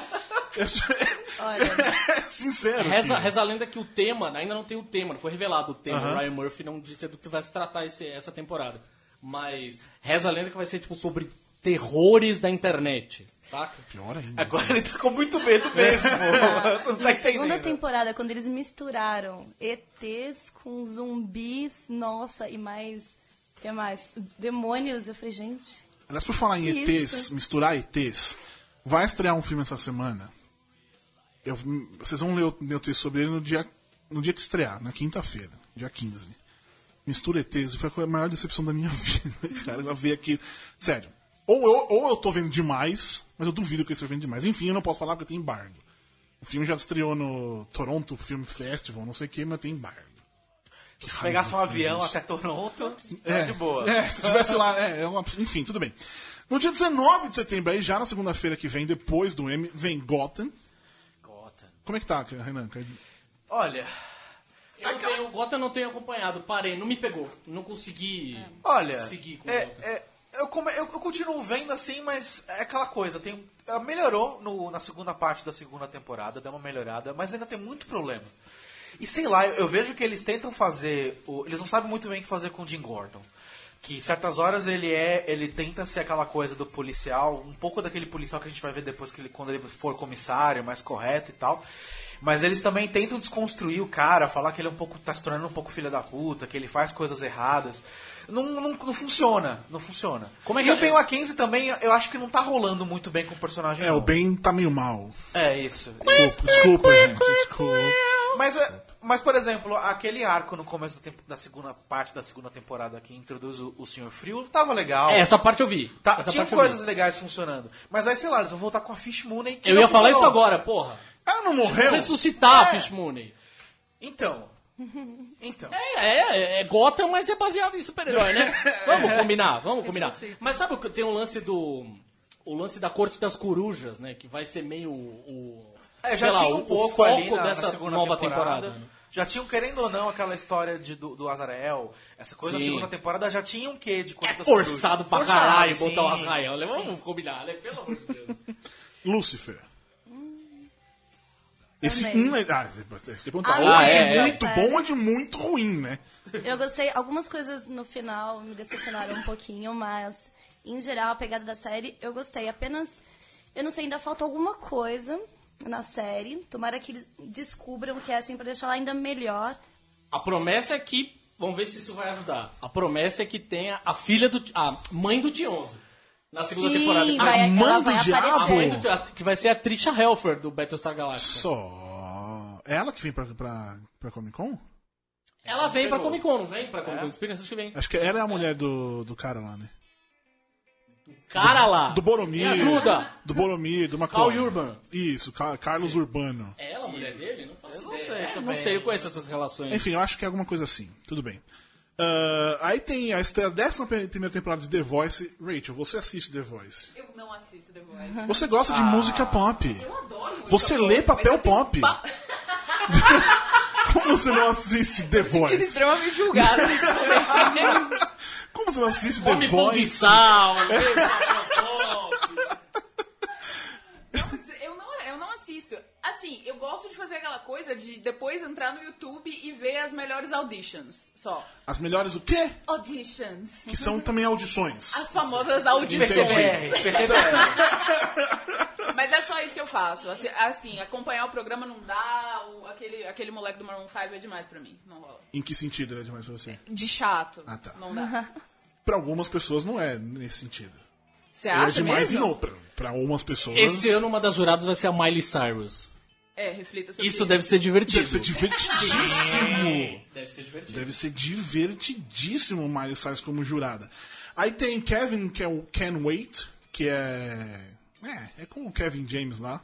S4: Eu sou-
S6: Olha,
S4: é sincero.
S3: Reza,
S4: filho.
S3: reza a lenda que o tema, né, ainda não tem o tema, não foi revelado o tema.
S4: Aham.
S3: O Ryan Murphy não disse do que vai se tratar esse- essa temporada. Mas reza a lenda que vai ser tipo sobre terrores da internet, saca?
S4: Pior ainda.
S5: Agora ele tá com muito medo mesmo.
S3: É.
S5: Você não tá
S6: na segunda
S5: entendendo.
S6: temporada, quando eles misturaram ETs com zumbis, nossa, e mais. O que mais? Demônios, eu falei, gente.
S4: Aliás, por falar em
S6: Isso.
S4: ETs, misturar ETs, vai estrear um filme essa semana. Eu- vocês vão ler o meu texto sobre ele no dia, no dia que estrear, na quinta-feira, dia 15. Mistura ETs, e foi a maior decepção da minha vida, cara. Eu ver aqui. Sério. Ou eu, ou eu tô vendo demais, mas eu duvido que eu esteja vendo demais. Enfim, eu não posso falar porque tem embargo. O filme já estreou no Toronto Film Festival, não sei o que, mas tem embargo.
S5: Se pegasse um avião até Toronto, tá de boa.
S4: É, se tivesse lá, é, é uma- enfim, tudo bem. No dia 19 de setembro, aí já na segunda-feira que vem, depois do M, vem Gotham.
S5: Gotham.
S4: Como é que tá, Renan?
S5: Olha,
S3: Eu não tenho, o Gotham eu não tenho acompanhado, parei, não me pegou. Não consegui
S5: É. olha.
S3: seguir com o
S5: é-
S3: Gotham.
S5: é, eu, come- eu- eu continuo vendo assim, mas é aquela coisa. Tem, ela melhorou no- na segunda parte da segunda temporada, deu uma melhorada, mas ainda tem muito problema. E sei lá, eu, eu vejo que eles tentam fazer. o- eles não sabem muito bem o que fazer com o Jim Gordon. Que certas horas ele é. Ele tenta ser aquela coisa do policial, um pouco daquele policial que a gente vai ver depois que ele, quando ele for comissário, mais correto e tal. Mas eles também tentam desconstruir o cara, falar que ele é um pouco. tá se tornando um pouco filha da puta, que ele faz coisas erradas. Não, não, não funciona, não funciona.
S3: Como é que-
S5: e o Ben Mackenzie também, eu acho que não tá rolando muito bem com o personagem.
S4: É,
S5: não.
S4: o Ben tá meio mal.
S5: É isso.
S4: Desculpa, desculpa, gente. Desculpa.
S5: Mas, é- mas, por exemplo, aquele arco no começo da, tempo- da segunda parte da segunda temporada que introduz o, o Sr. Frio tava legal.
S3: É, essa parte eu vi.
S5: Tá-
S3: essa
S5: tinham
S3: parte eu
S5: coisas
S3: vi.
S5: legais funcionando. Mas aí, sei lá, eles vão voltar com a Fish Mooney. que
S3: Eu
S5: não
S3: ia falar isso
S5: funcionou. Ah, É.
S3: agora, porra.
S4: Ela não morreu?
S3: Ressuscitar a Fish Mooney.
S5: Então. Então.
S3: É, é, é Gotham, mas é baseado em super-herói, né? Vamos combinar, vamos combinar. Mas sabe o que tem um lance do. O lance da corte das corujas, né? Que vai ser meio o.
S5: É,
S3: sei
S5: já
S3: lá,
S5: tinha um
S3: o- o
S5: pouco
S3: foco
S5: ali na, na
S3: dessa
S5: segunda
S3: nova
S5: temporada.
S3: temporada. né?
S5: Já tinham, querendo ou não, aquela história de, do, do Azrael. Essa coisa da
S3: Sim.
S5: segunda temporada já tinha um quê de coisa
S3: É
S5: das
S3: forçado pra
S5: corujas.
S3: caralho
S5: Forçado,
S3: botar o
S5: sim.
S3: Azrael. né? Vamos combinar, né? Pelo amor de Deus.
S4: Lúcifer. Esse
S6: Amei.
S4: um é. Ah, é isso que eu ia perguntar.
S6: Ah,
S4: Ou é
S3: é,
S4: de
S3: é.
S4: muito bom ou de muito ruim, né?
S6: Eu gostei, algumas coisas no final me decepcionaram um pouquinho, mas em geral a pegada da série eu gostei. Apenas, eu não sei, ainda falta alguma coisa na série. Tomara que eles descubram o que é assim pra deixar ela ainda melhor.
S3: A promessa é que. Vamos ver se isso vai ajudar. A promessa é que tenha a filha do. A mãe do Dionzo. Na segunda
S6: Sim,
S3: temporada.
S6: vai-
S3: A
S6: ela
S4: mãe
S6: vai
S4: do diabo?
S3: a
S6: aparecer.
S3: mãe do Dionzo, que vai ser a Trisha Helfer do Battlestar Galactica.
S4: Só. É ela que vem pra, pra, pra Comic Con?
S3: Ela vem pra Comic Con, não vem? Pra Comic Con Experience, acho que vem.
S4: Acho que ela é a mulher do, do cara lá, né?
S3: Cara lá!
S4: Do Boromir.
S3: Me ajuda!
S4: Do Boromir, do
S3: Carl
S4: Macaulay.
S3: Urban.
S4: Isso, Ca- Carlos Urbano.
S3: É ela, a mulher dele? Não faço Eu
S5: não sei
S3: Eu não
S5: também.
S3: sei, eu conheço essas relações.
S4: Enfim, eu acho que é alguma coisa assim. Tudo bem. Ah, aí tem a estreia dessa primeira temporada de The Voice. Rachel, você assiste The Voice.
S7: Eu não assisto The Voice.
S4: Você gosta
S3: Ah.
S4: de música pop.
S7: Eu adoro música
S4: Você
S7: pop,
S4: lê
S7: mas
S4: papel
S7: eu tenho
S4: pop.
S7: pa-
S4: Como você não assiste The
S7: Eles
S4: Voice?
S7: irão me julgar. nesse momento.
S4: Como você não assiste The
S3: Come pão de
S4: Voice?
S3: sal! né? vê papel pop.
S7: Mas eu, não, eu não assisto. Assim, eu gosto de fazer aquela coisa de depois entrar no YouTube e ver as melhores auditions. Só.
S4: As melhores o quê?
S7: Auditions.
S4: Que são também audições.
S7: As famosas audições.
S5: PTBR, PTBR.
S7: Mas é só isso que eu faço. Assim, assim, acompanhar o programa não dá. o- aquele, aquele moleque do Maroon 5 é demais pra mim. Não rola.
S4: Em que sentido ele é demais pra você?
S7: De chato.
S4: Ah, tá.
S7: Não dá.
S4: Pra algumas pessoas não é nesse sentido.
S7: Você
S4: Ele é
S7: acha
S4: demais
S7: mesmo?
S4: em outra. Pra algumas pessoas.
S3: Esse ano uma das juradas vai ser a Miley Cyrus.
S7: É, reflita sobre
S3: Isso deve ser divertido.
S4: Deve ser divertidíssimo.
S3: Deve ser divertido.
S4: Deve ser divertidíssimo o Miley Cyrus como jurada. Aí tem Kevin, que é o Can Wait, que é. É, é com o Kevin James lá.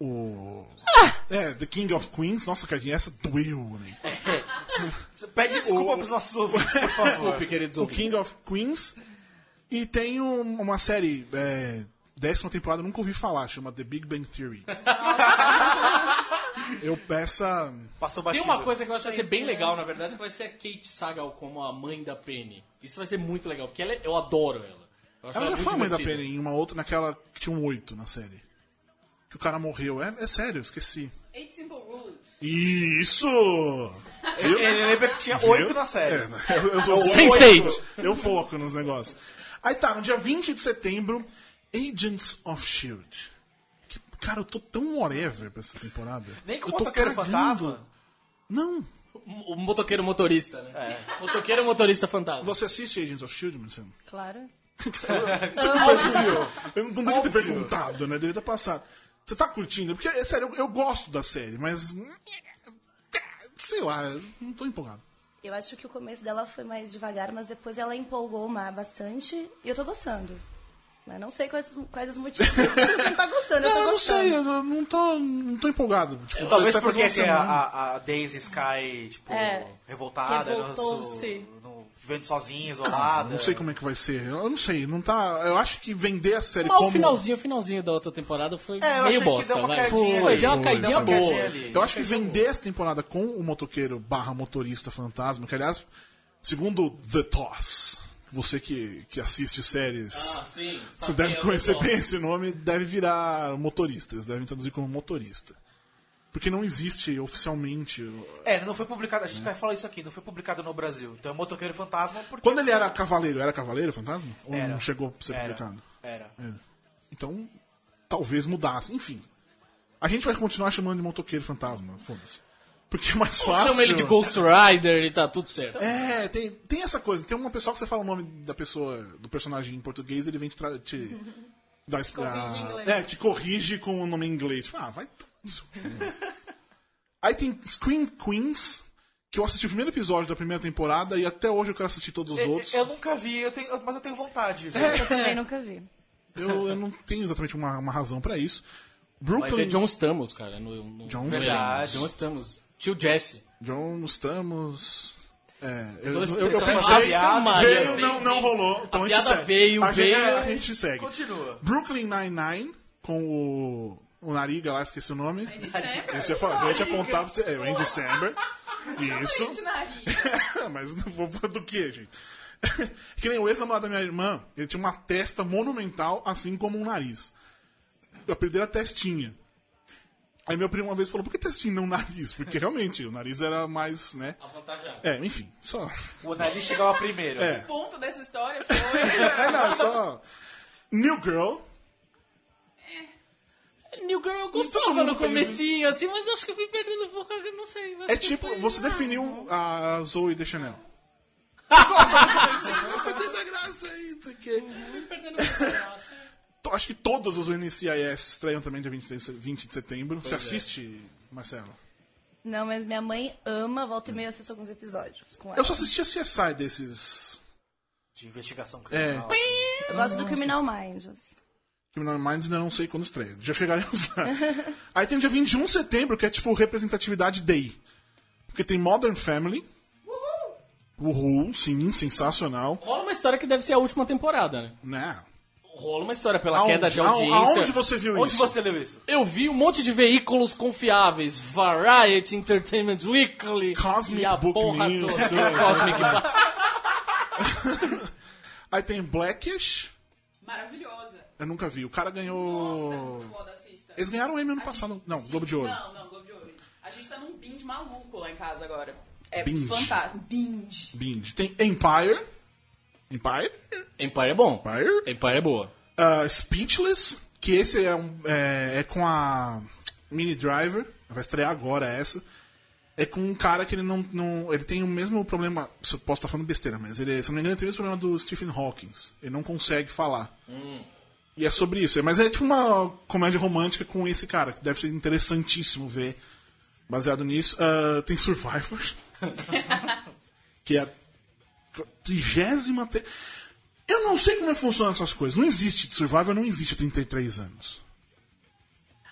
S4: O.
S7: Ah!
S4: É, The King of Queens. Nossa, Cadinha, essa doeu, né?
S7: É,
S5: Pede desculpa pros nossos ouvintes, por favor.
S3: Desculpe, queridos
S4: o
S3: ouvintes.
S4: King of Queens. E tem um- uma série, é, décima temporada, eu nunca ouvi falar, chama The Big Bang Theory. eu peço. a-
S5: Passou
S3: Tem
S5: batido.
S3: uma coisa que eu acho que vai ser bem legal, na verdade, que vai ser a Kate Sagal como a mãe da Penny. Isso vai ser muito legal, porque ela é- eu adoro ela. Eu acho
S4: Ela já
S3: muito
S4: foi a mãe da
S3: divertida.
S4: Penny em uma outra, naquela que tinha um oito na série. Que o cara morreu. É, é sério, eu esqueci.
S7: Eight Simple Rules.
S4: Isso!
S5: Ele, ele lembra que tinha oito na série.
S4: É, eu, eu sou
S3: Sense8.
S4: oito. Eu foco nos negócios. Aí tá, no dia 20 de setembro, Agents of Shield. Que- Cara, eu tô tão whatever pra essa temporada.
S5: Nem com o
S4: eu tô
S5: Motoqueiro
S4: cagando.
S5: Fantasma.
S4: Não.
S3: O Um, motoqueiro motorista, né? Motoqueiro motorista fantasma.
S4: É. Você assiste Agents of Shield, Marcelo?
S6: Claro.
S4: Eu não devia ter perguntado, né? Devia ter passado. Você tá curtindo? Porque, é sério, eu, eu gosto da série, mas. Sei lá, eu não tô empolgado.
S6: Eu acho que o começo dela foi mais devagar, mas depois ela empolgou ma- bastante e eu tô gostando. Mas não sei quais, quais os motivos que você não tá gostando,
S4: Não, É, eu
S6: eu tô
S4: não
S6: gostando.
S4: sei, eu não tô, não tô empolgado. Tipo,
S5: É, Talvez
S4: tá fazendo
S5: porque
S4: uma
S5: tem a,
S4: semana.
S5: a, a Daisy Sky, tipo,
S6: É.
S5: revoltada, né, no-
S6: Revoltou-se.
S5: no- vivendo sozinha, isolada.
S4: Não sei como é que vai ser. Eu não sei, não tá. Eu acho que vender a série
S3: Não,
S4: como.
S3: o finalzinho, o finalzinho da outra temporada foi
S5: É, eu achei
S3: meio
S5: que
S3: bosta,
S5: deu uma
S3: vai.
S5: caidinha ali.
S3: Foi, deu uma
S5: Foi,
S3: caidinha
S5: foi. Deu uma
S3: boa.
S5: caidinha ali.
S4: Eu acho que vender essa temporada com o motoqueiro barra motorista fantasma, que aliás, segundo The Toss, você que, que assiste séries.
S3: Ah, sim.
S4: Você deve conhecer bem esse nome, deve virar motorista. Eles devem traduzir como motorista. Porque não existe oficialmente. o-
S5: É, ele não foi publicado, a gente tá falando isso aqui, não foi publicado no Brasil. Então é Motoqueiro Fantasma porque.
S4: Quando ele era cavaleiro, era cavaleiro fantasma? Ou
S5: Era.
S4: não chegou a ser
S5: Era.
S4: publicado? É,
S5: Era.
S4: Era. Então, talvez mudasse. Enfim. A gente vai continuar chamando de motoqueiro fantasma, foda-se. Porque é mais fácil.
S3: Chama ele de Ghost Rider e tá tudo certo.
S4: É, tem, tem essa coisa. Tem uma pessoa que você fala o nome da pessoa, do personagem em português, ele vem te, tra- te dar es-
S6: Corrige em
S4: a-
S6: inglês.
S4: É, te corrige com o nome em inglês. Tipo, Ah, vai. t- isso. Aí tem Scream Queens, que eu assisti o primeiro episódio da primeira temporada e até hoje eu quero assistir todos os
S5: Eu-
S4: outros. É.
S5: Eu, nunca vi, eu tenho- mas eu tenho vontade.
S6: Eu também nunca vi.
S4: Eu, eu não tenho exatamente uma, uma razão pra isso.
S3: Vai ter
S4: Brooklyn.
S3: John Stamos, cara. No, no,
S4: John
S3: no-
S5: Verdade.
S3: John Stamos. Tio Jesse.
S4: John, estamos. É, eu,
S3: Então,
S4: eu, eu
S3: então,
S5: a
S4: pensei.
S5: piada-
S4: Veio,
S3: veio,
S4: não, não rolou. Então a, gente
S3: piada
S4: segue.
S3: veio,
S4: a gente,
S3: veio.
S4: é, a gente segue.
S5: Continua.
S4: Brooklyn Nine-Nine com o. O Nariga lá, esqueci o nome.
S7: Samberg.
S4: Isso eu ia falar, eu ia te apontar pra você. É, o Andy Samberg. Isso.
S7: Gente, nariz.
S4: Mas não vou falar do que, gente? que nem o ex-namorado da minha irmã, ele tinha uma testa monumental, assim como um nariz. Eu perdi a testinha. Aí meu primo uma vez falou, por que testinha e não nariz? Porque realmente, o nariz era mais, né?
S3: Avantajado.
S4: É, enfim, só...
S5: O nariz chegava primeiro.
S4: É.
S7: O ponto dessa história foi.
S4: É, não, só... New Girl,
S3: New Girl eu
S4: todo
S3: gostava
S4: mundo
S3: no
S4: fez
S3: comecinho, assim, mas eu acho que eu fui perdendo um pouco, eu não sei. eu acho
S4: É
S3: que
S4: tipo,
S3: foi-
S4: você
S3: ah,
S4: definiu a Zoe de Chanel. Gosta, perdendo a graça aí, não sei o quê.
S3: fui perdendo um pouco, nossa.
S4: To- Acho que todos os NCIS estreiam também dia 20 de se- 20 de setembro. Você assiste, Marcelo?
S6: Não, mas minha mãe ama, volta e meia eu assisto alguns episódios com ela.
S4: Eu só assisti a CSI desses
S5: De investigação criminal.
S4: É,
S6: Eu gosto do Criminal Minds.
S4: Criminal Minds, ainda não sei quando estreia. Já chegaremos lá. Aí tem o dia 21 de setembro, que é tipo representatividade day. Porque tem Modern Family. Uhul! Uhul, sim, sensacional.
S3: Rola uma história que deve ser a última temporada, né?
S4: Né?
S3: Rola uma história pela
S4: Aonde-
S3: queda de
S4: aonde-
S3: audiência.
S4: aonde você viu
S5: Onde
S4: tipo isso?
S5: você leu isso?
S3: Eu vi um monte de veículos confiáveis. Variety Entertainment Weekly.
S4: Cosmic
S3: e a
S4: Book
S3: porra
S4: News,
S3: toda.
S4: cara.
S3: Cosmic Book.
S4: Aí tem Blackish.
S7: Maravilhosa.
S4: Eu nunca vi. O cara ganhou.
S7: Nossa, é muito foda, assista.
S4: Eles ganharam o Emmy ano
S7: A
S4: passado.
S7: gente-
S4: Não,
S7: sim,
S4: Globo de Ouro.
S7: Não, não, Globo de Ouro. A gente tá num binge maluco lá em casa agora. É
S4: Binge.
S7: fantástico. Binge.
S4: Bind. Tem Empire. Empire?
S3: Empire é bom.
S4: Empire?
S3: Empire é boa.
S4: Ah, Speechless. Que esse é, um, é, é com a Mini Driver. Vai estrear agora essa. É com um cara que ele não. não ele tem o mesmo problema. se eu Posso estar falando besteira, mas ele, é, se eu não me engano, ele tem o mesmo problema do Stephen Hawking. Ele não consegue falar. E é sobre isso. Mas é tipo uma comédia romântica com esse cara, que deve ser interessantíssimo ver. Baseado nisso. Ah, tem Survivor. que é a trigésima. Te... Eu não sei como é que funcionam essas coisas. Não existe Survivor, não existe há 33 anos.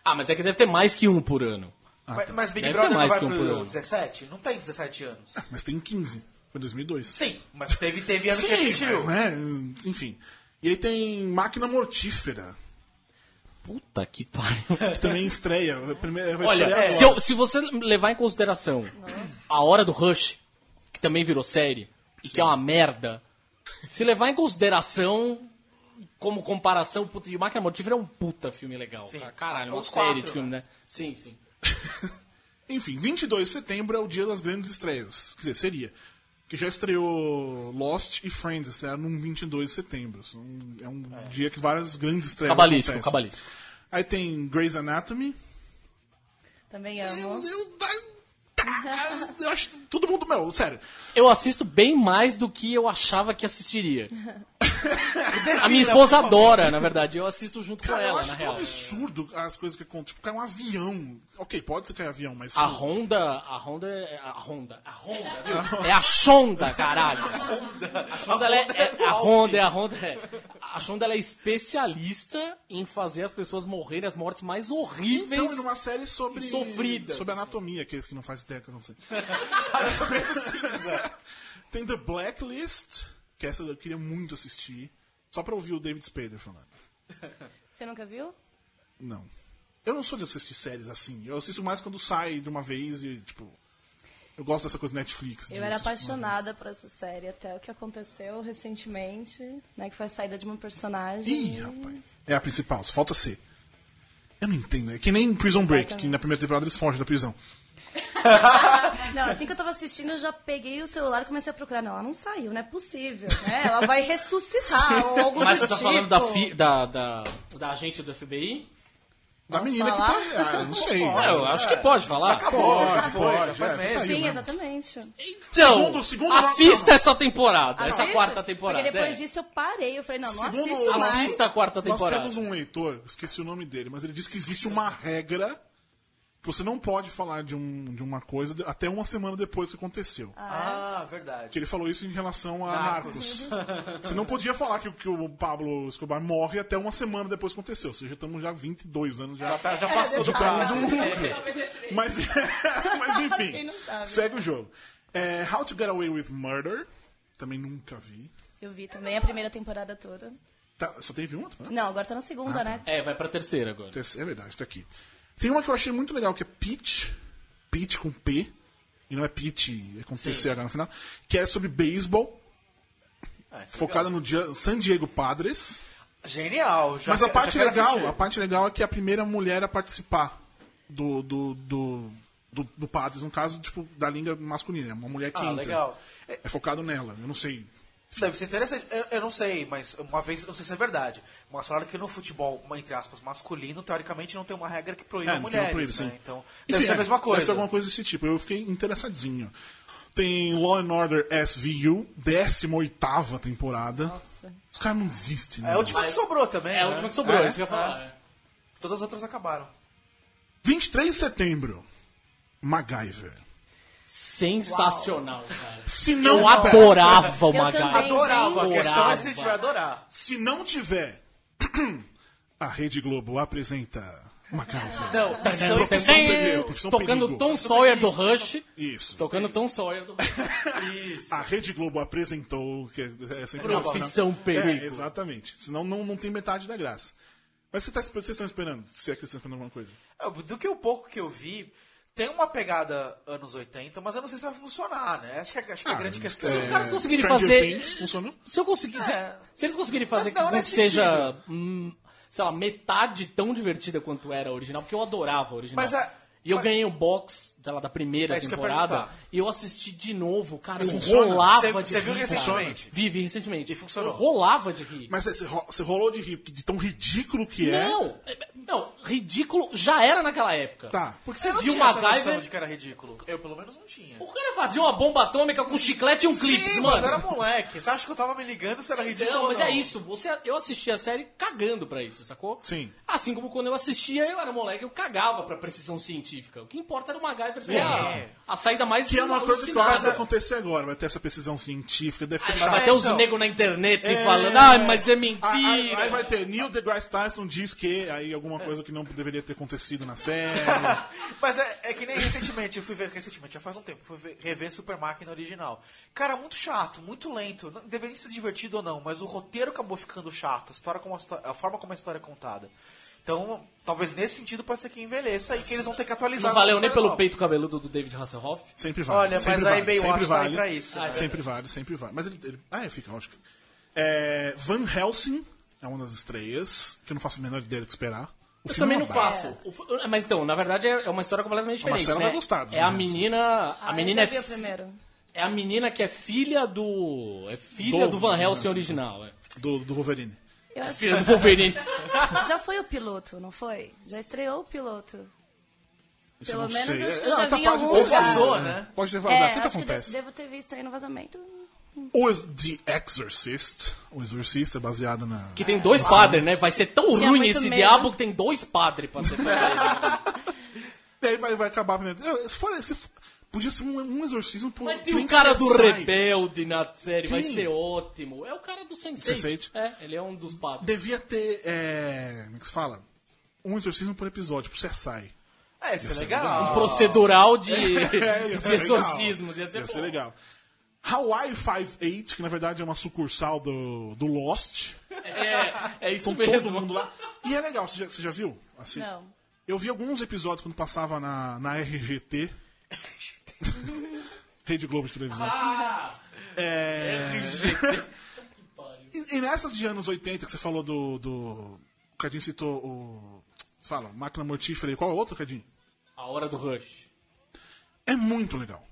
S3: Ah, mas é que deve ter mais que um por ano.
S4: Ah, tá.
S5: mas, mas Big
S3: Deve ter
S5: Brother não
S3: mais
S5: vai
S3: que um por
S5: pro
S3: ano.
S5: 17? Não tem 17 anos.
S4: Ah, Mas tem 15. Foi 2002.
S5: Sim, mas teve, teve ano que
S4: cara,
S5: repetiu.
S4: né? Enfim. E aí tem Máquina Mortífera,
S3: Puta que pariu.
S4: que também estreia. Vai primeiro- vai
S3: Olha,
S4: estrear
S3: é,
S4: agora.
S3: se, eu- se você levar em consideração a hora do Rush, que também virou série, e que é uma merda, se levar em consideração como comparação, puta, e o Máquina Mortífera é um puta filme legal.
S5: Sim.
S3: Cara. Caralho, uma
S5: Os
S3: série
S5: quatro,
S3: de filme, né? Sim, sim.
S4: Enfim, 22 de setembro é o dia das grandes estreias. Quer dizer, seria. Que já estreou Lost e Friends, estrearam no 22 de setembro. São- É um dia que várias grandes estreias
S3: Cabalístico,
S4: acontecem.
S3: cabalístico.
S4: Aí tem Grey's Anatomy.
S6: Também
S4: Eu,
S6: amo.
S4: eu- tá, eu acho que todo mundo... Meu, sério.
S3: Eu assisto bem mais do que eu achava que assistiria. a minha esposa adora, na verdade. Eu assisto junto
S4: Cara,
S3: com
S4: eu
S3: ela,
S4: acho
S3: na
S4: que é um
S3: real.
S4: absurdo as coisas que acontecem. Tipo, cai um avião. Ok, pode ser que é avião, mas...
S3: A Honda, a Honda, é- a Honda, a Honda, viu? É a Shonda, caralho. A Shonda, ela é, é- a Honda, é a Honda, é. A Shonda, ela é especialista em fazer as pessoas morrerem as mortes mais horríveis.
S4: Então, numa série sobre...
S3: Sofridas,
S4: Sobre
S3: assim.
S4: anatomia, aqueles que não fazem ideia que eu não sei. Tem The Blacklist, que essa eu queria muito assistir. Só pra ouvir o David Spader falando.
S6: Você nunca viu?
S4: Não. Eu não sou de assistir séries assim. Eu assisto mais quando sai de uma vez e, tipo... Eu gosto dessa coisa Netflix. de
S6: Eu era
S4: assistir de uma vez.
S6: apaixonada por essa série, até o que aconteceu recentemente, né? Que foi a saída de uma personagem.
S4: Ih, rapaz. É a principal, só falta ser. Eu não entendo. É que nem Prison Break, que na primeira temporada eles fogem da prisão.
S6: Não, assim que eu tava assistindo, eu já peguei o celular e comecei a procurar. Não, ela não saiu, não é possível, né? Ela vai ressuscitar ou algo
S3: Mas
S6: do
S3: você tá
S6: tipo.
S3: falando da, fi- da, da, da agente do FBI?
S4: Da menina
S6: falar?
S4: que tá. Ah, eu não sei.
S3: É, eu acho que pode falar.
S4: Pode,
S5: foi,
S4: pode.
S5: Ah, já faz
S4: é,
S5: meses.
S4: saiu,
S6: Sim,
S4: né?
S6: exatamente.
S3: Então,
S4: Segundo- segundo
S3: assista
S4: Rafa.
S3: essa temporada, essa
S6: Assiste?
S3: quarta temporada.
S6: Ah, Porque depois
S3: é.
S6: disso eu parei. Eu falei, não, não
S4: Segundo-
S6: assisto mais.
S3: Assista a quarta temporada.
S4: Nós temos um leitor, esqueci o nome dele, mas ele disse que existe uma regra que você não pode falar de, um, de uma coisa de- até uma semana depois que aconteceu.
S5: Ah,
S4: Que
S5: verdade.
S4: ele falou isso em relação a Narcos. Você não podia falar que, o- que o Pablo Escobar morre até uma semana depois que aconteceu. Ou seja, estamos já 22 anos já.
S5: Tá,
S6: É,
S5: já passou do
S4: Tá,
S5: prazo.
S4: um lucro.
S5: É.
S4: Mas, mas
S6: Quem
S4: enfim,
S6: não sabe. né?
S4: segue o jogo. É, How to Get Away with Murder. Também nunca vi.
S6: Eu vi também a primeira temporada toda.
S4: Tá, só teve uma? Né?
S6: Não, agora tá na segunda, né?
S3: É, vai pra terceira agora.
S4: É verdade, tá aqui. Tem uma que eu achei muito legal, que é Peach. Peach com P. E não é Peach, é com TCH no final. Que é sobre beisebol, Tipo,
S5: Ah, isso é
S4: focada no Dia- San Diego Padres.
S5: legal. Genial. Já,
S4: Mas a
S5: já
S4: parte
S5: quero
S4: legal,
S5: assistir.
S4: a parte legal é que é a primeira mulher a participar do do, do, do, do Padres, no caso, tipo, da língua masculina, é uma mulher que
S5: Ah,
S4: entra.
S5: legal.
S4: É, focado nela, eu não sei.
S5: Deve ser interessante. Eu, eu não sei, mas uma vez, eu não sei se é verdade, mas falaram que no futebol, entre aspas, masculino, teoricamente não tem uma regra que proíba
S4: É, não tem
S5: mulheres,
S4: uma proíbe,
S5: né?
S4: sim.
S5: Então,
S4: Enfim,
S5: deve ser a
S4: é,
S5: mesma coisa.
S4: Deve ser alguma coisa desse tipo. Eu fiquei interessadinho. Tem Law and Order SVU, 18 temporada. Os caras não desistem, né?
S5: É a última que sobrou também,
S3: É a
S5: né?
S3: última que sobrou,
S4: É?
S3: isso que eu ia falar. é.
S5: Todas as outras acabaram.
S4: 23 de setembro. MacGyver.
S3: Sensacional, cara.
S4: Se não,
S3: Eu adorava o
S6: Eu
S3: Magai.
S6: também.
S5: Adorava, a
S3: gente.
S5: questão é se
S3: Adorava.
S5: tiver adorar.
S4: se não tiver, a Rede Globo apresenta MacGyver.
S5: Não, tá sendo
S4: profissão perigo,
S5: um
S4: profissão perigo.
S3: Tocando Tom Sawyer do Rush.
S4: Isso.
S3: Tocando Tom Sawyer do Rush.
S4: A Rede Globo apresentou. Que é, é sempre
S3: Profissão
S4: bom, né?
S3: perigo.
S4: É, exatamente. Senão não, não tem metade da graça. Mas você tá, esp- vocês estão esperando? Se é que vocês estão esperando alguma coisa.
S5: É, Do que o pouco que eu vi, tem uma pegada anos 80, mas eu não sei se vai funcionar, né? Acho que, acho
S4: Ah,
S5: que é a grande questão.
S3: os caras conseguirem
S4: Stranger
S3: fazer-
S4: Things funcionou?
S3: Se eu conseguir. se- Se eles conseguirem fazer
S5: É. Mas
S3: com
S5: não é
S3: que
S5: nesse
S3: seja. hum, sei lá, metade tão divertida quanto era a original, porque eu adorava a original.
S5: Mas a-
S3: E eu
S5: mas-
S3: ganhei o box, sei lá, da primeira
S5: É isso que eu ia
S3: temporada.
S5: perguntar.
S3: E eu assisti de novo, cara.
S4: Mas
S3: eu
S4: funciona?
S3: rolava
S5: Você-
S3: de
S5: você
S3: rir.
S5: viu
S3: cara.
S5: recentemente?
S3: Vi, vi recentemente.
S5: E funcionou?
S3: Eu rolava de rir.
S4: Mas é, você ro- você rolou de rir de tão ridículo que é.
S3: Não! é- Não, ridículo já era naquela época.
S4: Tá.
S3: Porque você
S5: Você não
S3: viu
S5: tinha
S3: o
S5: essa noção
S3: MacGyver.
S5: de que era ridículo. Eu, pelo menos, não tinha.
S3: O cara fazia uma bomba atômica com chiclete e um clipe,
S5: Sim,
S3: mano.
S5: mas era moleque. Você acha que eu tava me ligando se era ridículo
S3: Não,
S5: ou
S3: mas
S5: não?
S3: é isso. Você, eu assistia a série cagando pra isso, sacou?
S4: Sim.
S3: Assim como quando eu assistia, eu era moleque, eu cagava pra precisão científica. O que importa era o MacGyver ser
S5: É.
S3: a, a saída mais
S4: Que é uma coisa que quase vai
S3: alucinada.
S4: acontecer agora. Vai ter essa precisão científica, deve
S3: Ai,
S4: ficar
S3: mas
S4: chato.
S3: vai ter os
S5: então.
S3: negros na internet
S4: É,
S3: falando, ai, mas é
S4: Aí, aí- aí vai
S3: mentira.
S4: ter Neil deGrasse Tyson diz que aí
S3: É.
S4: alguma coisa que não deveria ter acontecido na série.
S5: Mas é, é que nem recentemente, eu fui ver recentemente, já faz um tempo, fui ver, rever Super Máquina original. Cara, muito chato, muito lento. Não- Deveria ser divertido ou não, mas o roteiro acabou ficando chato, a, história como a, histó- a forma como a história é contada. Então, talvez nesse sentido pode ser que envelheça e que eles vão ter que atualizar.
S3: Não
S5: na
S3: valeu nem
S5: versão
S3: pelo
S5: nova.
S3: peito cabeludo do David Hasselhoff.
S4: Sempre vale.
S5: Olha,
S4: sempre
S5: mas
S4: vale,
S5: aí Baywatch
S4: sempre
S5: tá aí
S4: vale. Ah,
S5: pra isso. né?
S4: Sempre vale, sempre vale. Mas ele. ele- ah, é, fica, lógico. É, Van Helsing é uma das estreias, que eu não faço a menor ideia do que esperar. O
S3: Eu
S4: filme é
S3: também
S4: uma
S3: não
S4: barra.
S3: faço. O f- Mas então, na verdade, é é uma história completamente
S4: A
S3: diferente.
S4: Marcela
S3: né?
S4: vai gostar do
S3: É a
S4: Van Helsing.
S3: menina. A
S6: Ah,
S3: menina é
S6: eu já vi o
S3: fi-
S6: primeiro.
S3: É a menina que é filha do. É filha
S4: Do
S3: do, Van
S4: Van
S3: Helsing
S4: Helsing.
S3: original, é.
S4: Do, do Wolverine.
S6: Eu acho
S3: Filha do Wolverine.
S6: já foi o piloto, não foi? Já estreou o piloto.
S4: Isso
S6: Pelo
S4: eu não
S6: menos
S4: sei.
S6: acho que
S4: É,
S6: eu
S4: ela
S6: já
S4: tá
S6: vi em
S4: quase
S6: algum
S4: todo
S5: Ou vazou,
S4: mundo,
S5: né?
S4: Pode ter vazado,
S6: É,
S4: sempre
S6: acho que de-
S4: acontece.
S6: devo ter visto aí no vazamento.
S4: O Ex- The Exorcist. O Exorcista é baseado na.
S3: Que tem dois padres, né? Vai ser tão
S6: Tinha
S3: ruim
S6: muito
S3: esse
S6: medo.
S3: diabo que tem dois padres pra ser
S4: E aí vai, vai acabar a primeira. Eu- Se for, se for- podia ser um, um exorcismo por.
S3: Mas tem o cara do
S4: rebelde.
S3: rebelde na série, vai
S4: Quem?
S3: ser ótimo. É o cara do Sense8.
S4: Sense8?
S3: É, ele é um dos padres.
S4: Devia ter. É, como é que se fala? Um exorcismo por episódio, por Cersei.
S5: É, isso é
S3: Um
S5: legal.
S3: Procedural de,
S4: É, ia
S3: de
S4: ser legal.
S3: exorcismos. Ia ser, bom.
S4: legal. Hawaii 5-8, que na verdade é uma sucursal do, do Lost.
S3: É, é isso
S4: Com
S3: mesmo.
S4: Tá todo mundo lá. E é legal, você já, você já viu? Assim,
S6: Não.
S4: Eu vi alguns episódios quando passava na, na RGT. Rede Globo de televisão.
S3: Ah,
S4: É,
S3: que pariu.
S4: e, e nessas de anos 80 que você falou do. do o Cadinho citou o. Você fala, máquina mortífera e qual é o outro, Cadinho?
S3: A hora do rush.
S4: É muito legal.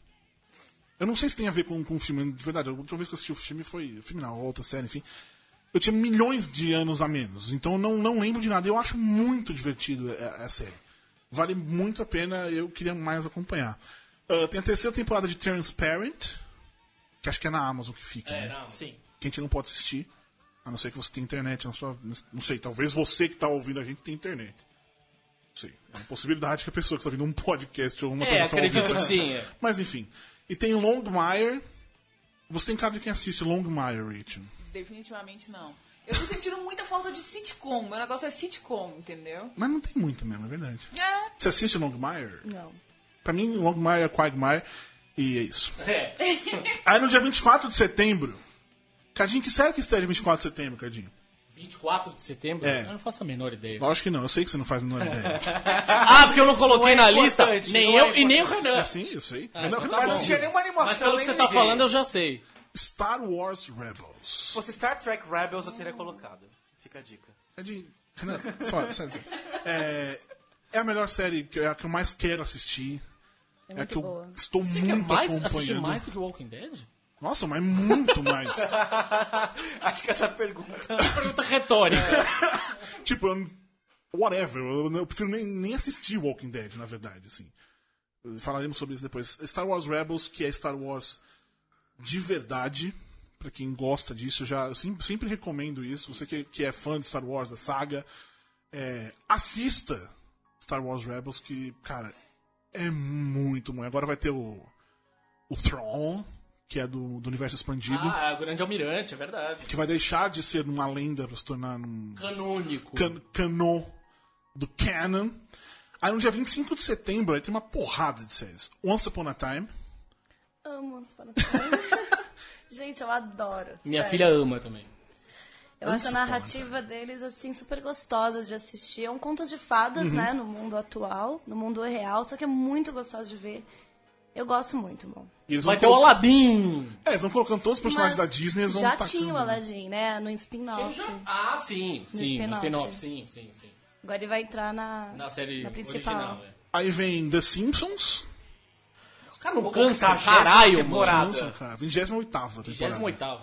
S4: Eu não sei se tem a ver com, com o filme, de verdade. A última vez que eu assisti o filme foi. Filme não, outra série, enfim. Eu tinha milhões de anos a menos, então eu não, não lembro de nada. Eu acho muito divertido é, a, a série. Vale muito a pena, eu queria mais acompanhar. Ah, tem a terceira temporada de Transparent, que acho que é na Amazon que fica. né?
S3: não,
S5: Sim.
S4: que a gente não pode assistir. A não ser que você tenha internet na sua. Não sei, talvez você que está ouvindo a gente tenha internet. Não sei. É uma possibilidade que a pessoa que está ouvindo um podcast ou uma
S3: É,
S4: transmissão ao
S3: acredito
S4: vivo-
S3: que sim, é.
S4: Mas enfim. E tem Longmire. Você tem cara de quem assiste Longmire, Rachel.
S7: Definitivamente não. Eu tô sentindo muita falta de sitcom. Meu negócio é sitcom, entendeu?
S4: Mas não tem muito mesmo, é verdade.
S7: É.
S4: Você assiste Longmire?
S6: Não.
S4: Pra mim, Longmire é Quagmire. E é isso.
S3: É.
S4: Aí no dia 24 de setembro. Cadinho, que série que estreia 24 de setembro, Cadinho?
S3: 24 de setembro?
S4: É.
S3: Eu não faço a menor ideia.
S4: Lógico que não, eu sei que você não faz a menor ideia.
S3: Ah, porque eu não coloquei
S5: Não é
S3: na lista
S5: importante,
S3: nem
S5: não é
S3: eu e nem o
S4: É
S3: Renan.
S4: assim, eu sei.
S3: Ah,
S4: Mas não,
S3: então tá
S4: mas
S3: bom.
S4: não
S5: Não tinha
S4: tinha nem-
S5: nenhuma animação.
S3: Mas pelo que
S5: nem
S3: você tá
S5: ninguém.
S3: falando, eu já sei.
S4: Star Wars Rebels.
S5: Se fosse Star Trek Rebels, eu teria colocado. Fica a dica.
S4: É de. Renan, só, só dizer. é, é a melhor série, que, é a que eu mais quero assistir. É, a
S6: muito
S4: que eu
S6: boa.
S4: estou
S3: Você quer
S4: muito
S3: mais assistir
S4: acompanhando.
S3: mais do que Walking Dead?
S4: Nossa, mas muito mais.
S5: Acho que essa pergunta.
S3: Pergunta
S4: É.
S3: retórica.
S4: tipo, eu- whatever. Eu, eu prefiro nem, nem assistir Walking Dead, na verdade, assim. Falaremos sobre isso depois. Star Wars Rebels, que é Star Wars de verdade. Pra quem gosta disso, eu já, eu sempre, sempre recomendo isso. Você que, que é fã de Star Wars, da saga, é, assista Star Wars Rebels, que, cara, é muito bom. Agora vai ter o, o Thrawn, que é do, do universo expandido,
S3: ah, Grande Almirante, é verdade.
S4: que vai deixar de ser uma lenda pra se tornar um,
S3: Canônico.
S4: can canon do canon. Aí no dia 25 de setembro aí tem uma porrada de séries. Once Upon a Time.
S6: Amo os Fantasmas. Gente, eu adoro.
S3: Minha
S6: sério.
S3: filha ama também.
S6: Eu acho a
S4: Antes,
S6: narrativa deles, assim, super gostosa de assistir. É um conto de fadas, né? No mundo atual, no mundo real, só que é muito gostoso de ver. Eu gosto muito, bom.
S4: E eles
S3: Vai
S4: vão
S3: ter o
S4: colo-
S3: Aladdin.
S4: É, eles vão colocando todos os personagens
S6: Mas
S4: da Disney. é Eles vão
S6: Já
S4: tacando.
S6: tinha o Aladdin, né? No spin-off.
S3: Ah, sim, sim. No
S6: spin-off.
S3: spin-off, sim, sim, sim.
S6: Agora ele vai entrar na,
S3: Na série
S6: na principal.
S3: original, é.
S4: Aí vem The Simpsons.
S5: Os caras não
S3: Cansa,
S5: cansa,
S3: caralho, mano.
S5: temporada.
S4: Nossa, cara, 28 temporada.
S3: 28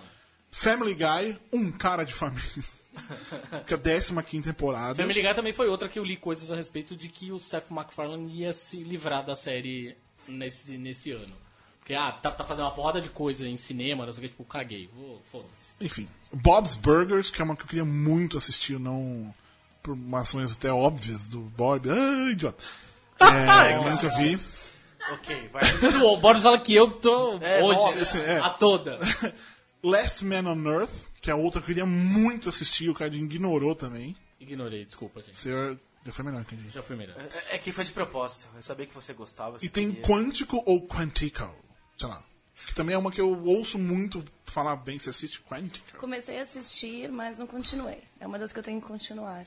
S4: Family Guy, um cara de família. que é a 15 temporada.
S3: Family Guy também foi outra que eu li coisas a respeito de que o Seth MacFarlane ia se livrar da série nesse, nesse ano. Porque, ah, tá, tá fazendo uma porrada de coisa em cinema, não sei o que, tipo, caguei. Vou, foda-se.
S4: Enfim, Bob's Burgers, que é uma que eu queria muito assistir, não por ações até óbvias do Bob. Ah, idiota. É, eu nunca vi.
S5: Ok, vai.
S3: o Boris fala que eu tô
S5: É,
S3: hoje, né?
S5: nossa,
S4: assim, é.
S3: a toda.
S4: Last Man on Earth, que é outra que eu queria muito assistir, o Cardinho ignorou também.
S3: Ignorei, desculpa, gente.
S4: Senhor, já foi melhor que a gente.
S3: Já fui melhor.
S5: É, é que foi de propósito. Eu sabia que você gostava. você
S4: E tem
S5: queria.
S4: Quântico ou Quantico, sei lá. Que também é uma que eu ouço muito falar bem, você assiste Quantico.
S6: Comecei a assistir, mas não continuei. É uma das que eu tenho que continuar.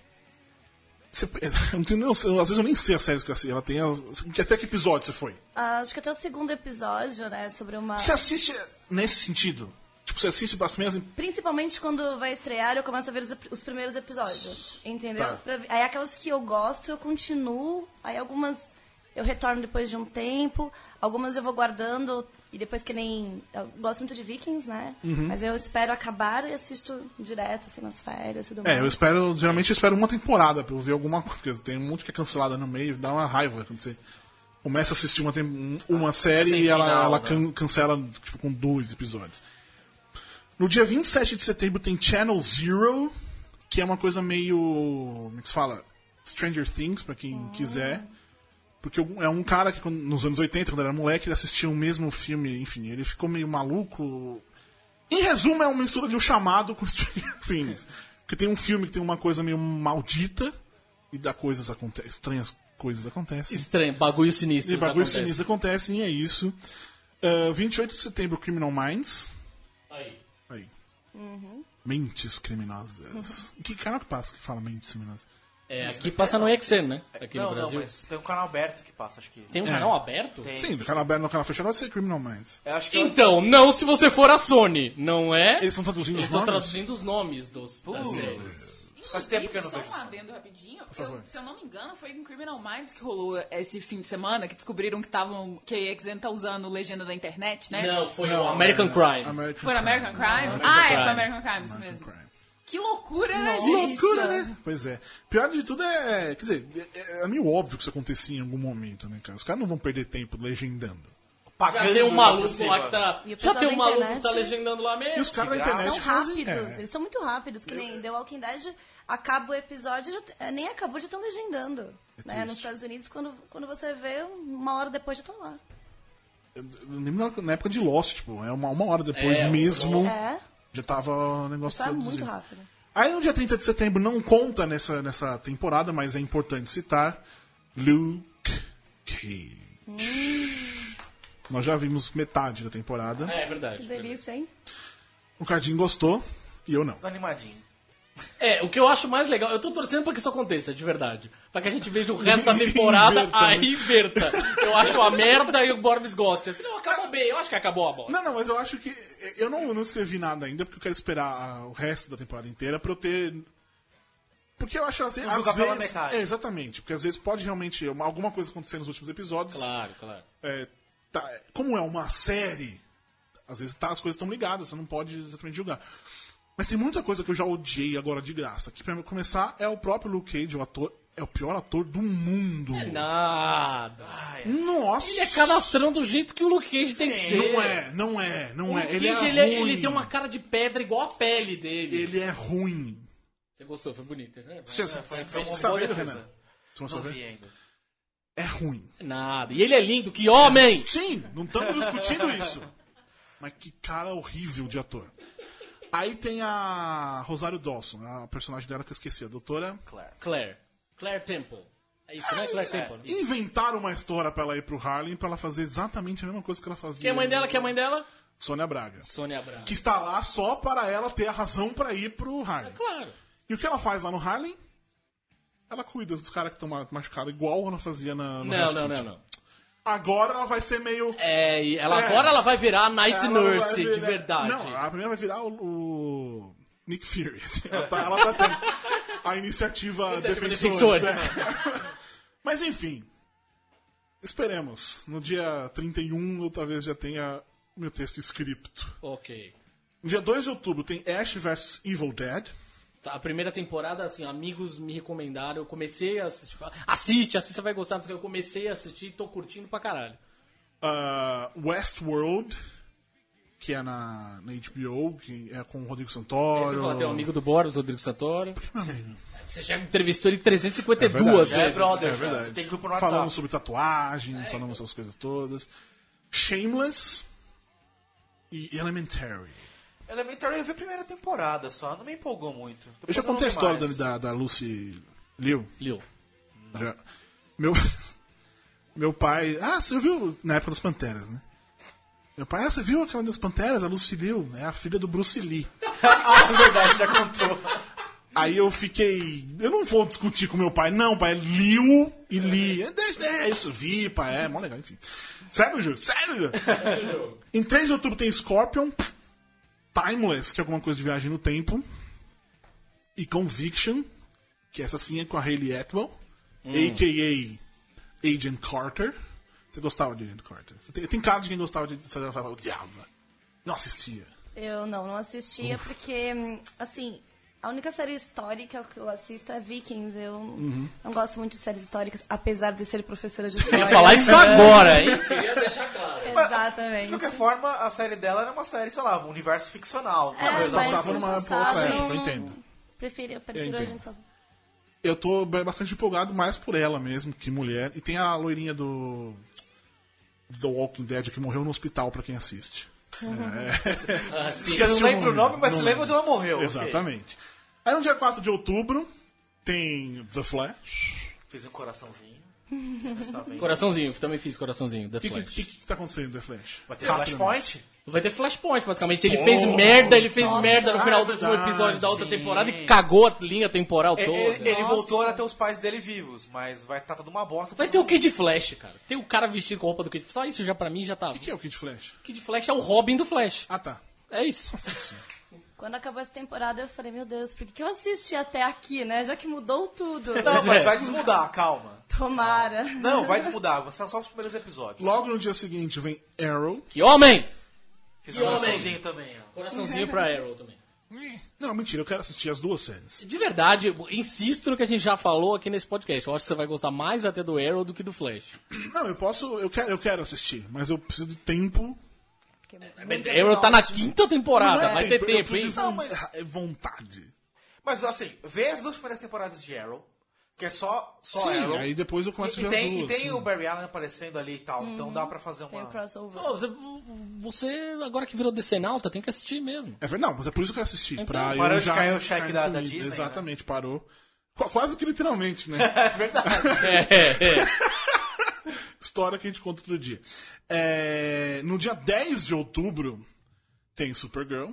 S4: Você, eu não tenho, nem- eu- às vezes eu nem sei as séries que eu assisto. Ela tem as, que- até que episódio você foi?
S6: Ah, acho que até o segundo episódio, né? Sobre uma.
S4: Você assiste nesse sentido? Tipo, você assiste das primeiras...
S6: Principalmente quando vai estrear, eu começo a ver os, os primeiros episódios. Entendeu?
S4: Tá.
S6: Pra ver- aí aquelas que eu gosto, eu continuo. Aí algumas eu retorno depois de um tempo. Algumas eu vou guardando. E depois que nem. Eu gosto muito de Vikings, né?
S4: Uhum.
S6: Mas eu espero acabar e assisto direto, assim, nas férias e tudo
S4: É, eu
S6: mais.
S4: espero, geralmente eu espero uma temporada pra eu ver alguma coisa, porque tem um monte que é cancelada no meio, dá uma raiva quando você começa a assistir uma, tem- um- uma série
S5: Sem
S4: e ela,
S5: final,
S4: ela
S5: né?
S4: can- cancela tipo, com dois episódios. No dia 27 de setembro tem Channel Zero, que é uma coisa meio. Como é que se fala? Stranger Things, pra quem quiser. Porque é um cara que quando- nos anos 80, quando era moleque, ele assistia o mesmo filme, enfim, ele ficou meio maluco. Em resumo, é uma mistura de O Chamado com Stranger Things. Porque tem um filme que tem uma coisa meio maldita e dá coisas aconte estranhas coisas acontecem.
S3: Estranho, bagulho sinistro.
S4: E bagulho
S3: acontece.
S4: sinistro acontecem e é isso. Ah, 28 de setembro, Criminal Minds.
S3: Aí.
S4: Aí. Mentes criminosas. Que canal que passa que fala mentes criminosas?
S3: É, aqui passa no XN, né? Aqui
S5: não,
S3: no Brasil.
S5: Não, mas tem um canal aberto que passa, acho que.
S3: Tem um
S4: É.
S3: canal aberto?
S5: Tem.
S4: Sim, no canal aberto, no canal fechado vai ser Criminal Minds.
S5: Eu acho que eu-
S3: Então, não se você for a Sony, não é?
S4: Eles estão traduzindo
S3: Eles
S4: os
S3: estão
S4: nomes?
S3: traduzindo os nomes dos das séries.
S5: Faz tempo que eu não
S7: só
S5: vejo
S7: um
S5: isso.
S7: adendo rapidinho. Eu-
S4: favor.
S7: se eu não me engano, foi em Criminal Minds que rolou esse fim de semana, que descobriram que estavam que a XN tá usando legenda da internet, né?
S3: Não, foi
S4: Não,
S3: o
S5: é.
S3: American
S4: não,
S3: Crime.
S4: American
S7: Foi no American Crime? ah, é, foi American Crime, isso mesmo.
S4: Crime.
S7: Que loucura,
S6: É
S7: né,
S4: Que
S7: gente?
S4: loucura, né? Pois é. Pior de tudo é. Quer dizer, é, é meio óbvio que isso acontecia em algum momento, né, cara? Os caras não vão perder tempo legendando.
S3: Já
S5: Pagando
S3: tem um
S5: não
S3: maluco
S5: possível.
S3: lá que tá.
S6: E o
S3: Já
S6: pessoal
S3: tem um
S6: da
S3: maluco que
S6: internet- né?
S3: tá legendando lá mesmo.
S4: assim, E os caras da
S5: graça.
S4: internet
S6: São
S4: fazem.
S6: rápidos,
S4: É,
S6: eles são muito rápidos, que nem The Walking Dead acaba o episódio, já t- eh, nem acabou, já estão legendando. né?
S4: É triste.
S6: Nos Estados Unidos, quando, quando você vê, uma hora depois já estão lá.
S4: eu lembro na época de Lost, tipo, é uma, uma hora depois
S3: É,
S4: mesmo.
S6: É,
S4: Já tava o negócio
S6: só é muito
S4: traduzido.
S6: rápido.
S4: Aí no dia 30 de setembro não conta nessa, nessa temporada, mas é importante citar Luke Cage.
S6: Hum.
S4: Nós já vimos metade da temporada.
S3: É, é verdade.
S6: Que delícia, hein?
S4: O Cardinho gostou e eu não.
S5: Tô Tá animadinho.
S3: É, o que eu acho mais legal, eu tô torcendo pra que isso aconteça, de verdade. Pra que a gente veja o resto da temporada,
S4: Inverta,
S3: aí
S4: né?
S3: inverta. Eu acho uma merda e o Borbs gosta. Assim, não, acabou bem, eu acho que acabou a bosta.
S4: Não, não, mas eu acho que. Eu não, não escrevi nada ainda, porque eu quero esperar a- o resto da temporada inteira pra eu ter. Porque eu acho assim, às
S5: jogar pela
S4: vezes.
S5: metade.
S4: É, exatamente. Porque às vezes pode realmente uma- alguma coisa acontecer nos últimos episódios.
S3: Claro, claro.
S4: É, tá- como é uma série, às vezes tá, as coisas estão ligadas, você não pode exatamente julgar. Mas tem muita coisa que eu já odiei agora de graça. Que pra começar é o próprio Luke Cage, o ator, é o pior ator do mundo.
S3: Nada. Ai,
S4: Nossa!
S3: Ele é cadastrão do jeito que o Luke Cage tem que ser.
S4: Não é, não é, não
S3: O
S4: é.
S3: Luke
S4: ele,
S3: Cage,
S4: é
S3: ele, é-
S4: ruim.
S3: ele tem uma cara de pedra igual a pele dele.
S4: Ele é ruim.
S3: Você gostou, foi bonito, né?
S4: Você, você,
S5: É, foi uma
S4: você tá
S5: boa
S4: vendo,
S5: defesa.
S4: Renan? Você consegue
S5: Não
S4: ver?
S5: vi ainda.
S4: É ruim.
S3: Nada. E ele é lindo, que homem!
S4: Sim, não estamos discutindo isso. Mas que cara horrível de ator. Aí tem a Rosário Dawson, a personagem dela que eu esqueci, a doutora.
S3: Claire. Claire Temple. É isso, né? Claire Temple. Isso.
S4: Inventaram uma história pra ela ir pro Harlem pra ela fazer exatamente a mesma coisa que ela fazia.
S3: Quem é a mãe dela? Quem é a mãe dela?
S4: Sônia Braga.
S3: Sônia Braga.
S4: Que está lá só para ela ter a razão pra ir pro Harlem.
S3: É, Claro.
S4: E o que ela faz lá no Harlem? Ela cuida dos caras que estão ma- machucados, igual ela fazia na, no
S3: Não,
S4: Hell's
S3: não, não,
S4: Kitchen.
S3: não.
S4: Agora ela vai ser meio.
S3: É, e ela,
S4: É.
S3: agora ela vai virar a Night
S4: Ela
S3: Nurse,
S4: vai virar-
S3: de verdade.
S4: Não, a primeira vai virar o, o Nick Fury. assim. Ela tá, ela tá tendo a iniciativa,
S3: Iniciativa
S4: defensores. é. Mas enfim, esperemos. No dia 31 eu talvez já tenha meu texto escrito.
S3: Ok.
S4: No dia 2 de outubro tem Ash vs Evil Dead.
S3: Tá, A primeira temporada, assim, amigos me recomendaram, eu comecei a assistir. Falaram, Assiste, assiste, você vai gostar. não sei o quê. Eu comecei a assistir e tô curtindo pra caralho.
S4: ah, Westworld, que é na, na HBO, que é com o Rodrigo Santoro.
S3: Você falou, tem um amigo do Boris, Rodrigo Santoro.
S4: Meu amigo.
S3: Você já entrevistou ele 352
S4: É
S5: É,
S3: vezes.
S5: brother.
S4: É verdade.
S5: Você tem grupo no
S4: Falamos
S5: WhatsApp.
S4: sobre tatuagem, falamos essas coisas todas. Shameless e Elementary.
S5: Elementary eu vi a primeira temporada só, não me empolgou muito.
S4: Eu
S5: Depois
S4: já
S5: não
S4: contei a
S5: vi
S4: história
S5: um mais.
S4: da, da Lucy Liu.
S3: Liu.
S4: Já. Meu, meu pai. Ah, você viu na época das Panteras, né? Meu pai, ah, você viu aquela das Panteras? A Lucy Liu é a filha do Bruce Lee.
S5: Ah, verdade, já contou.
S4: Aí eu fiquei. Eu não vou discutir com meu pai, não, pai. Liu e Li. É, é, é isso, vi, pai. É, mó legal, enfim. Sério, Ju? Sério, Ju? em 3 de outubro tem Scorpion, Timeless, que é alguma coisa de viagem no tempo, e Conviction, que essa sim é com a Hayley Atwell, a.k.a. Agent Carter. Você gostava de Agent Carter? Você tem, tem cara de quem gostava de. Você falava, odiava. Não assistia.
S6: Eu não, não assistia porque, hum, assim, a única série histórica que eu assisto é Vikings. Eu
S4: Uhum.
S6: não gosto muito de séries históricas, apesar de ser professora de
S3: Eu
S6: história.
S3: ia falar
S4: É.
S3: isso agora, hein? Queria deixar claro.
S5: De
S6: Exatamente. É,
S5: qualquer forma, a série dela era uma série, sei lá, um universo ficcional.
S6: É,
S4: mas
S5: Talvez não
S4: passava
S5: sabe-
S4: numa
S6: passava,
S4: época, é,
S6: não-
S4: eu entendo.
S6: Prefiro, eu
S4: Eu
S6: prefiro a
S4: entendo.
S6: gente só
S4: eu tô ba- bastante empolgado mais por ela mesmo, que mulher. E tem a loirinha do. The Walking Dead, que morreu no hospital, pra quem assiste.
S3: Ah,
S5: Você não
S4: um
S5: lembra o nome, mas
S4: Não
S5: se lembra onde ela morreu. É, ok.
S4: Exatamente. Aí no dia 4 de outubro tem The Flash.
S5: Fiz um coraçãozinho. tá Não está vendo.
S3: Coraçãozinho, também fiz coraçãozinho. The
S4: O que, que,
S3: Flash.
S4: que, que tá acontecendo no The Flash?
S5: Vai ter Flashpoint?
S3: Vai ter Flashpoint, basicamente. Ele fez merda, ele fez merda no
S4: ah,
S3: final
S4: é
S3: do último
S4: verdade,
S3: episódio da outra
S5: sim.
S3: temporada e cagou a linha temporal
S5: É,
S3: toda.
S5: Ele, ele voltou até os pais dele vivos, mas vai estar tá toda uma bosta.
S3: Vai ter o Kid Flash, cara. Tem o cara vestido com a roupa do Kid Flash. Só isso já pra mim já tá.
S4: O que, que é o Kid Flash?
S3: Kid Flash é o Robin do Flash.
S4: Ah, tá.
S3: É isso.
S6: Quando acabou essa temporada, eu falei, meu Deus, por que que eu assisti até aqui, né? Já que mudou tudo.
S5: Não,
S3: É.
S5: mas vai desmudar, calma.
S6: Tomara.
S5: Não, vai desmudar. São só os primeiros episódios.
S4: Logo no dia seguinte vem Arrow.
S3: Que homem!
S5: Fiz
S3: E
S5: um
S3: homem?
S5: coraçãozinho também, ó.
S3: Coraçãozinho pra Arrow também.
S4: Não, mentira, eu quero assistir as duas séries.
S3: De verdade, eu insisto no que a gente já falou aqui nesse podcast. Eu acho que você vai gostar mais até do Arrow do que do Flash.
S4: Não, eu posso. Eu quero, eu quero assistir, mas eu preciso de tempo.
S6: é
S3: Arrow tá na quinta temporada,
S4: Não é
S3: vai ter
S4: eu
S3: tempo,
S4: preciso
S3: hein?
S4: de
S5: Não,
S4: von-
S5: mas-
S4: é vontade.
S5: Mas assim, vê as duas primeiras temporadas de Arrow, que é só, só
S4: Sim,
S5: Arrow.
S4: aí depois eu começo
S5: e,
S4: a
S5: e
S4: ver
S5: tem,
S4: as
S5: e
S4: duas.
S5: tem
S4: sim.
S5: o Barry Allen aparecendo ali e tal,
S3: Uhum.
S5: então dá pra fazer
S6: Tem
S5: uma...
S6: o crossover.
S3: Ô, Você, você, agora que virou decenalta, tem que assistir mesmo.
S4: É verdade, não, mas é por isso que eu assisti. pra
S5: Então, parou
S4: eu
S5: de
S4: já
S5: cair o cheque da-
S4: ficar
S5: da
S4: incluído.
S5: Disney, né?
S4: Exatamente, parou. Qu- Quase que literalmente, né?
S5: É verdade.
S3: É, é.
S4: História que a gente conta outro dia. É, no dia 10 de outubro tem Supergirl.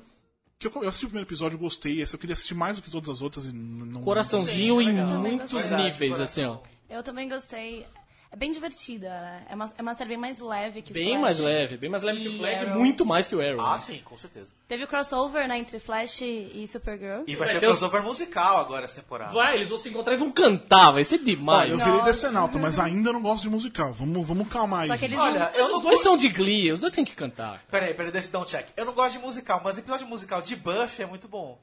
S4: Que eu, eu assisti o primeiro episódio, eu gostei. Esse eu queria assistir mais do que todas as outras e n- não.
S3: Coraçãozinho em
S5: legal.
S3: muitos
S5: Verdade,
S3: níveis, assim,
S5: coração.
S3: ó.
S6: Eu também gostei. É bem divertida, né? É uma, é uma série bem mais leve que
S3: Bem
S6: Flash.
S3: mais leve, bem mais leve que o
S6: E
S3: Flash,
S6: Arrow.
S3: muito mais que o Arrow.
S5: Ah, sim, com certeza.
S6: Teve o crossover, né, entre Flash e Supergirl.
S5: E vai,
S3: vai
S5: ter
S3: ter os-
S5: crossover musical agora essa temporada.
S3: Vai, eles vão se encontrar e vão cantar, vai ser demais.
S4: Olha, eu virei decenalta, mas ainda não gosto de musical. Vamos, vamos calmar aí.
S6: Só que eles não-
S5: Olha, eu não
S3: Os dois são de Glee, os dois têm que cantar.
S5: Peraí, peraí, deixa eu dar um check. Eu não gosto de musical, mas episódio musical de Buff é muito bom.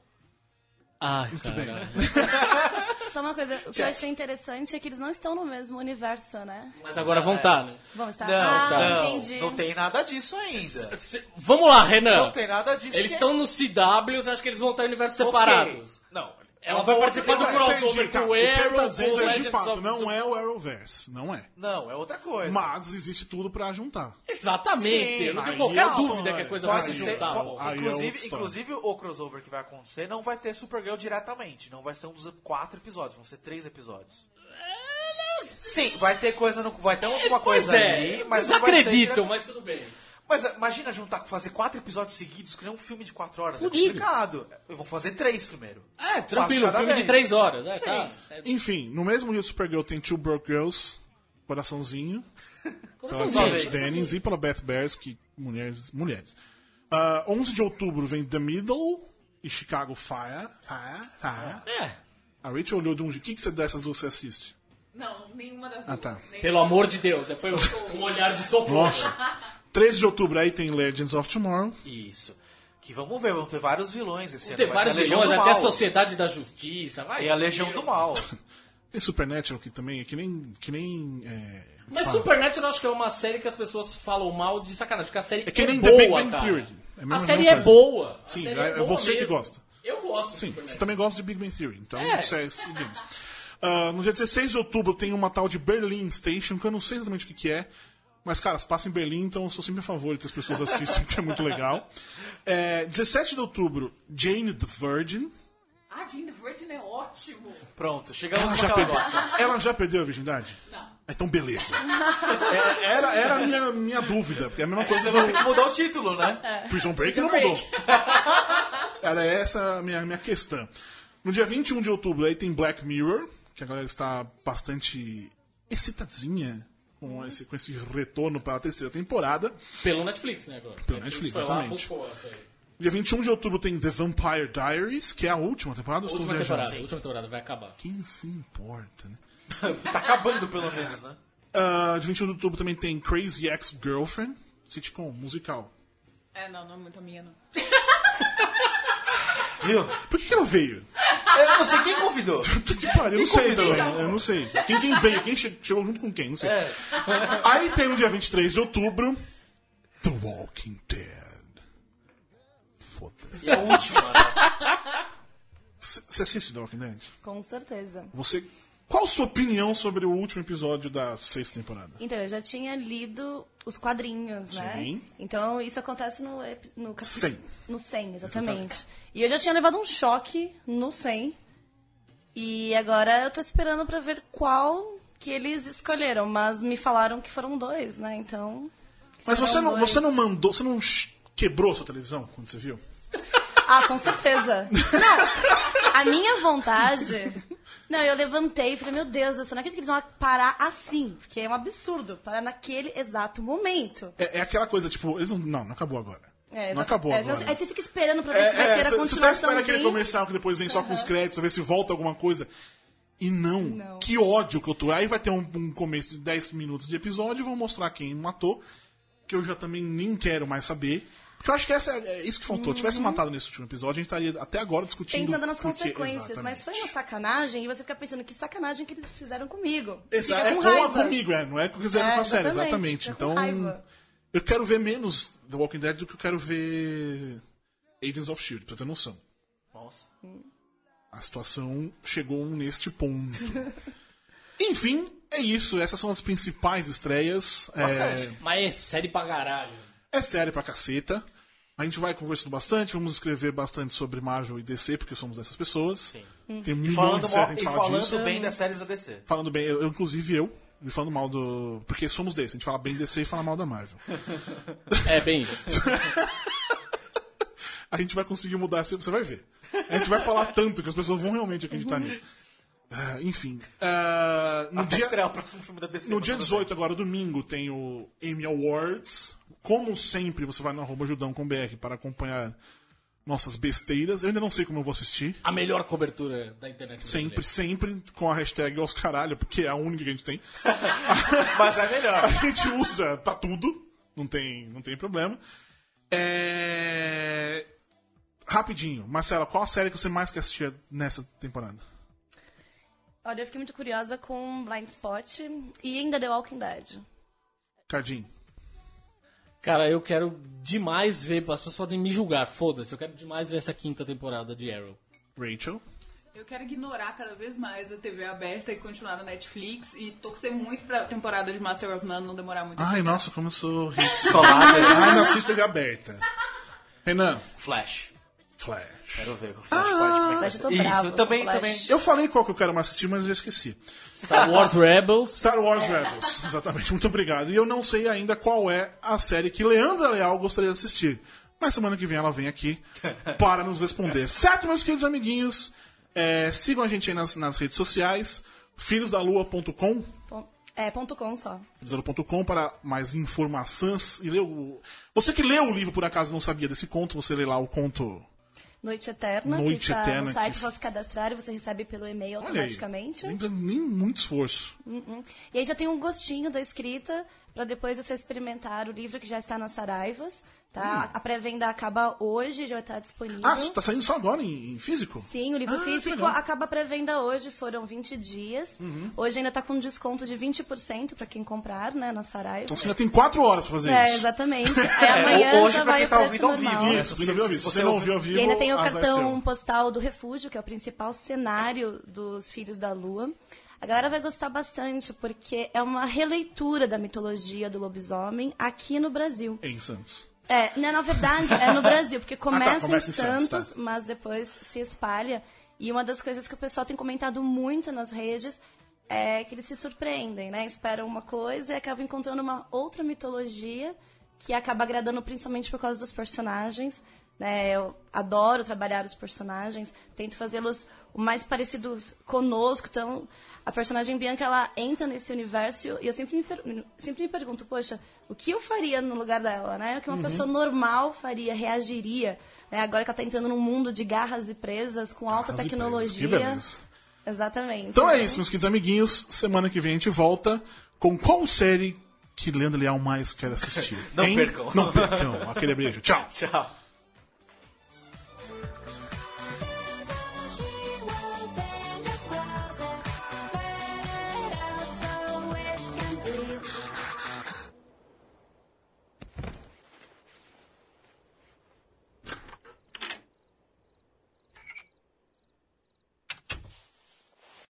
S3: Ai, Ah, cara.
S6: Só uma coisa, o que eu achei interessante é que eles não estão no mesmo universo, né?
S3: Mas agora
S5: É.
S3: vão estar, né?
S6: Vão estar.
S5: Não,
S6: ah,
S5: não,
S6: entendi.
S5: não tem nada disso ainda.
S3: Se- Vamos lá,
S5: Não,
S3: Renan.
S5: tem nada disso.
S3: Eles
S5: que- é.
S3: estão no CW, você acha que eles vão estar em universos
S5: Ok.
S3: separados?
S5: Não.
S3: Ela
S5: não
S3: vai
S5: vou-
S3: participar do
S5: não,
S3: crossover
S4: Entendi,
S3: com
S4: cara.
S3: o
S4: que ele
S3: Arrow,
S4: tá
S3: com
S4: dizendo
S3: o
S4: é de
S3: Legends
S4: fato,
S3: of-
S4: não é o Arrowverse, não é.
S5: Não, é outra coisa.
S4: Mas existe tudo pra juntar.
S3: Exatamente.
S5: Sim,
S3: eu não tenho
S4: aí
S3: qualquer
S4: é
S3: dúvida
S4: história.
S3: que a coisa vai
S5: Pode
S3: se
S5: ser.
S3: juntar.
S5: Bom,
S3: pô.
S4: Aí é outra
S5: inclusive,
S4: história.
S5: inclusive, o crossover que vai acontecer não vai ter Supergirl diretamente. Não vai ser um dos quatro episódios, vão ser três episódios. Sim, vai ter coisa no. Vai ter alguma
S3: Pois
S5: coisa
S3: é,
S5: ali,
S3: eles
S5: mas não vai ser
S3: acreditam,
S5: direto-
S3: mas tudo bem.
S5: Mas ah, imagina juntar, fazer quatro episódios seguidos, que nem um filme de quatro horas.
S3: Fudido.
S5: É complicado. Eu vou fazer três primeiro.
S3: É, tranquilo,
S5: cada
S3: filme de
S5: vez.
S3: três horas. É,
S5: Sim.
S3: tá.
S4: Enfim, no mesmo dia do Supergirl tem Two Broke Girls, Coraçãozinho, pela
S3: Coraçãozinho.
S4: Kate Dennings e pela Beth Bears, que mulheres. mulheres. Ah, 11 de outubro vem The Middle e Chicago Fire. Fire, Fire.
S3: É.
S4: A Rachel olhou de um jeito. O que, que você dessas duas você assiste?
S7: Não, nenhuma das
S4: Ah,
S7: duas.
S4: tá.
S7: Nem-
S3: Pelo amor de Deus, né? Foi um um olhar de socorro.
S4: Nossa. 13 de outubro aí tem Legends of Tomorrow.
S5: Isso. Que vamos ver, vão ter vários vilões esse ano.
S3: Tem
S5: Vai
S3: vários
S5: ter a Legião
S3: vilões,
S5: do
S3: até a
S5: Mal.
S3: Sociedade da Justiça. Vai,
S5: E a Legião do Mal.
S4: Tem Supernatural que também é que nem. Que nem é,
S3: Mas
S4: fala.
S3: Supernatural eu acho que é uma série que as pessoas falam mal de sacanagem, porque a série
S4: É que
S3: é
S4: nem The
S3: boa,
S4: Big Bang
S3: cara.
S4: Theory. É a mesma-
S3: a série
S4: mesma
S3: é
S4: coisa.
S3: boa. A
S4: Sim,
S3: série
S4: é- é
S3: boa
S4: você que
S3: mesmo.
S4: gosta.
S3: Eu gosto. de
S4: Sim,
S3: Supernatural.
S4: você também gosta de Big Bang Theory, então isso é, seguimos. Ah, no dia 16 de outubro tem uma tal de Berlin Station, que eu não sei exatamente o que, que é. Mas, cara, se passa em Berlim, então eu sou sempre a favor que as pessoas assistam, porque é muito legal. É, 17 de outubro, Jane the Virgin.
S7: Ah, Jane the Virgin é ótimo.
S5: Pronto,
S4: Ela
S5: chegamos no
S4: Ah, já,
S5: que ela
S4: perdeu,
S5: gosta.
S4: ela já perdeu a virgindade?
S7: Não.
S4: Então, beleza. É, era era a minha, minha dúvida, porque é a mesma coisa
S5: Você vai
S4: do
S5: ter que mudar o título, né?
S4: Prison Break não mudou. Era essa a minha, minha questão. No dia 21 de outubro aí tem Black Mirror, que a galera está bastante excitadinha com esse, com esse retorno para a terceira temporada.
S3: Pelo Netflix, né, agora?
S4: Pelo Netflix,
S3: foi
S4: exatamente.
S3: Lá, roubou a série.
S4: Dia 21 de outubro tem The Vampire Diaries, que é a última temporada. eu estou
S3: Última
S4: viajando.
S3: temporada, última temporada, vai acabar.
S4: Quem se importa, né?
S5: Tá acabando, pelo menos, né?
S4: Ah, dia 21 de outubro também tem Crazy Ex-Girlfriend, sitcom, musical.
S7: É, não, não é muito a minha, não.
S5: Viu?
S4: Por que, que ela veio?
S5: Eu não sei quem convidou.
S4: Puta que pariu, eu não
S5: Me
S4: sei
S5: convidou.
S4: também. Eu não sei. Quem, quem veio, quem che- chegou junto com quem, não sei.
S5: É.
S4: Aí tem no dia 23 de outubro The Walking Dead. Foda-se.
S5: E a última, né?
S4: C- Você assiste The Walking Dead?
S6: Com certeza.
S4: Você. Qual sua opinião sobre o último episódio da sexta temporada?
S6: Então, eu já tinha lido os quadrinhos, né?
S4: Sim.
S6: Então, isso acontece no, epi- no capítulo...
S4: 100.
S6: No 100, exatamente.
S4: Exatamente.
S6: E eu já tinha levado um choque no 100. E agora eu tô esperando pra ver qual que eles escolheram. Mas me falaram que foram dois, né? Então...
S4: Mas
S6: serão
S4: você não,
S6: dois.
S4: você não mandou, você não sh- quebrou sua televisão quando você viu?
S6: Ah, com certeza. Não, a minha vontade... Não, eu levantei e falei, meu Deus, eu só não acredito que eles vão parar assim. Porque é um absurdo. Parar naquele exato momento.
S4: É, é aquela coisa, tipo, eles não. Não, não acabou agora.
S6: É,
S4: Não
S6: exato.
S4: acabou
S6: É,
S4: agora.
S6: não, aí você fica esperando pra ver se vai
S4: É,
S6: ter
S4: é,
S6: a assim,
S4: você você tá esperando
S6: continuaçãozinha.
S4: aquele comercial que depois vem só com os créditos, pra ver se volta alguma coisa. E não.
S6: Não.
S4: Que ódio que eu tô. Aí vai ter um, um começo de 10 minutos de episódio e vão mostrar quem matou, que eu já também nem quero mais saber. Porque eu acho que essa é, é isso que faltou. Tivesse matado nesse último episódio, a gente estaria até agora discutindo.
S6: Uhum. Pensando nas
S4: por quê.
S6: consequências, mas
S4: Exatamente.
S6: foi uma sacanagem e você fica pensando que sacanagem que eles fizeram comigo.
S4: Exa
S6: fica
S4: é
S6: com
S4: com
S6: raiva.
S4: a comigo, é, não é com o que fizeram
S6: É,
S4: com a série,
S6: exatamente,
S4: exatamente.
S6: fica com
S4: Então,
S6: raiva.
S4: eu quero ver menos The Walking Dead do que eu quero ver Agents of S.H.I.E.L.D., pra ter noção.
S5: Nossa.
S4: A situação chegou neste ponto. Enfim, é isso. Essas são as principais estreias. É,
S3: Mas é série pra caralho.
S4: é série pra caceta. A gente vai conversando bastante, vamos escrever bastante sobre Marvel e DC, porque somos dessas pessoas. Sim. Tem milhões
S5: Falando,
S4: de séries
S5: mal,
S4: pra
S5: e
S4: gente falar disso.
S5: falando bem das séries da DC.
S4: Falando bem, eu, inclusive eu, me falando mal do. Porque somos desse, a gente fala bem DC e fala mal da Marvel.
S3: É bem isso.
S4: a gente vai conseguir mudar, assim, você vai ver. A gente vai falar tanto que as pessoas vão realmente acreditar nisso. Ah, enfim. Ah, no
S5: Até
S4: dia,
S5: estrear o próximo filme da DC.
S4: No
S5: mas
S4: dia
S5: tudo
S4: 18, agora domingo, tem o Emmy Awards. Como sempre, você vai no arroba Judão com BR para acompanhar nossas besteiras. Eu ainda não sei como eu vou assistir.
S3: A melhor cobertura da internet
S4: Sempre,
S3: brasileira.
S4: sempre com a hashtag aos caralho, porque é a única que a gente tem.
S5: bem. Mas é melhor.
S4: A gente usa pra tudo, não tem, não tem problema. É... Rapidinho, Marcela, qual a série que você mais quer assistir nessa temporada?
S6: Olha, eu fiquei muito curiosa com Blind Spot e ainda The Walking Dead.
S4: Cardinho.
S3: Cara, eu quero demais ver. As pessoas podem me julgar, foda-se. Eu quero demais ver essa quinta temporada de Arrow.
S4: Rachel.
S7: Eu quero ignorar cada vez mais a TV aberta e continuar na Netflix e torcer muito pra temporada de Master of None não demorar muito.
S4: Ai, nossa, como eu sou hipster.
S5: Escolada.
S4: Ai, não assisto TV aberta. Renan.
S5: né? Flash.
S4: Flash.
S5: Quero ver o Flash pode
S4: Ah!
S5: como é que vai
S6: Flash, eu tô
S5: ser. Isso,
S6: brava
S5: eu também,
S6: com o Flash.
S5: também.
S4: Eu falei qual que eu quero mais assistir, mas eu esqueci.
S3: Star Wars Rebels.
S4: Star Wars
S6: É.
S4: Rebels, exatamente. Muito obrigado. E eu não sei ainda qual é a série que Leandra Leal gostaria de assistir. Mas semana que vem ela vem aqui para nos responder. Certo, meus queridos amiguinhos? É, sigam a gente aí nas, nas redes sociais. Filhosdalua.com
S6: Pon- É, ponto com só.
S4: zero.com para mais informações e leu o- você que leu o livro por acaso não sabia desse conto você lê lá o conto
S6: Noite Eterna,
S4: Noite
S6: que está
S4: Eterna,
S6: no site,
S4: que-
S6: você se cadastrar e você recebe pelo e-mail
S4: olha aí
S6: automaticamente.
S4: nem, precisa- nem muito esforço
S6: Uhum. E aí já tem um gostinho da escrita pra depois você experimentar o livro que já está nas Saraivas, tá?
S5: Hum.
S6: A pré-venda acaba hoje, já está disponível.
S4: ah tá saindo só agora em, em físico
S6: Sim, o livro
S4: Ah, que
S6: físico
S4: legal.
S6: acaba a pré-venda hoje, foram 20 dias.
S5: Uhum.
S6: Hoje ainda tá com desconto de 20% pra quem comprar, né, na Saraiva.
S4: então você ainda tem quatro horas para fazer
S6: é,
S4: isso
S6: exatamente. Aí
S5: É,
S6: amanhã
S5: hoje
S6: já
S5: pra
S6: vai
S5: quem
S6: o
S5: tá
S6: preço
S5: ouvindo ao vivo,
S6: normal.
S5: né?
S4: Isso, quem não viu ao vivo. Se
S5: Se
S4: você
S5: você
S4: não ouviu
S5: ouviu-
S4: ao vivo, ah,
S6: E ainda tem o
S4: azar
S6: cartão
S4: seu.
S6: postal do Refúgio, que é o principal cenário dos Filhos da Lua. A galera vai gostar bastante, porque é uma releitura da mitologia do lobisomem aqui no Brasil.
S4: Em Santos.
S6: É, né, na verdade, é no Brasil, porque começa,
S4: começa em
S6: em
S4: Santos,
S6: Santos,
S4: tá.
S6: mas depois se espalha. E uma das coisas que o pessoal tem comentado muito nas redes é que eles se surpreendem, né? Esperam uma coisa e acabam encontrando uma outra mitologia que acaba agradando principalmente por causa dos personagens. Né? Eu adoro trabalhar os personagens, tento fazê-los o mais parecidos conosco. Então, a personagem Bianca, ela entra nesse universo e eu sempre me, per- sempre me pergunto, poxa, o que eu faria no lugar dela, né? O que uma
S4: Uhum.
S6: pessoa normal faria, reagiria, né? Agora que ela tá entrando num mundo de garras e presas com alta
S4: Garras e presas, que
S6: tecnologia.
S4: beleza.
S6: Exatamente.
S4: Então é isso, meus queridos amiguinhos. Semana que vem a gente volta com qual série que Leandro Leal mais quer assistir.
S5: Não
S4: hein?
S5: percam.
S4: Não percam. Aquele beijo. Tchau.
S5: Tchau.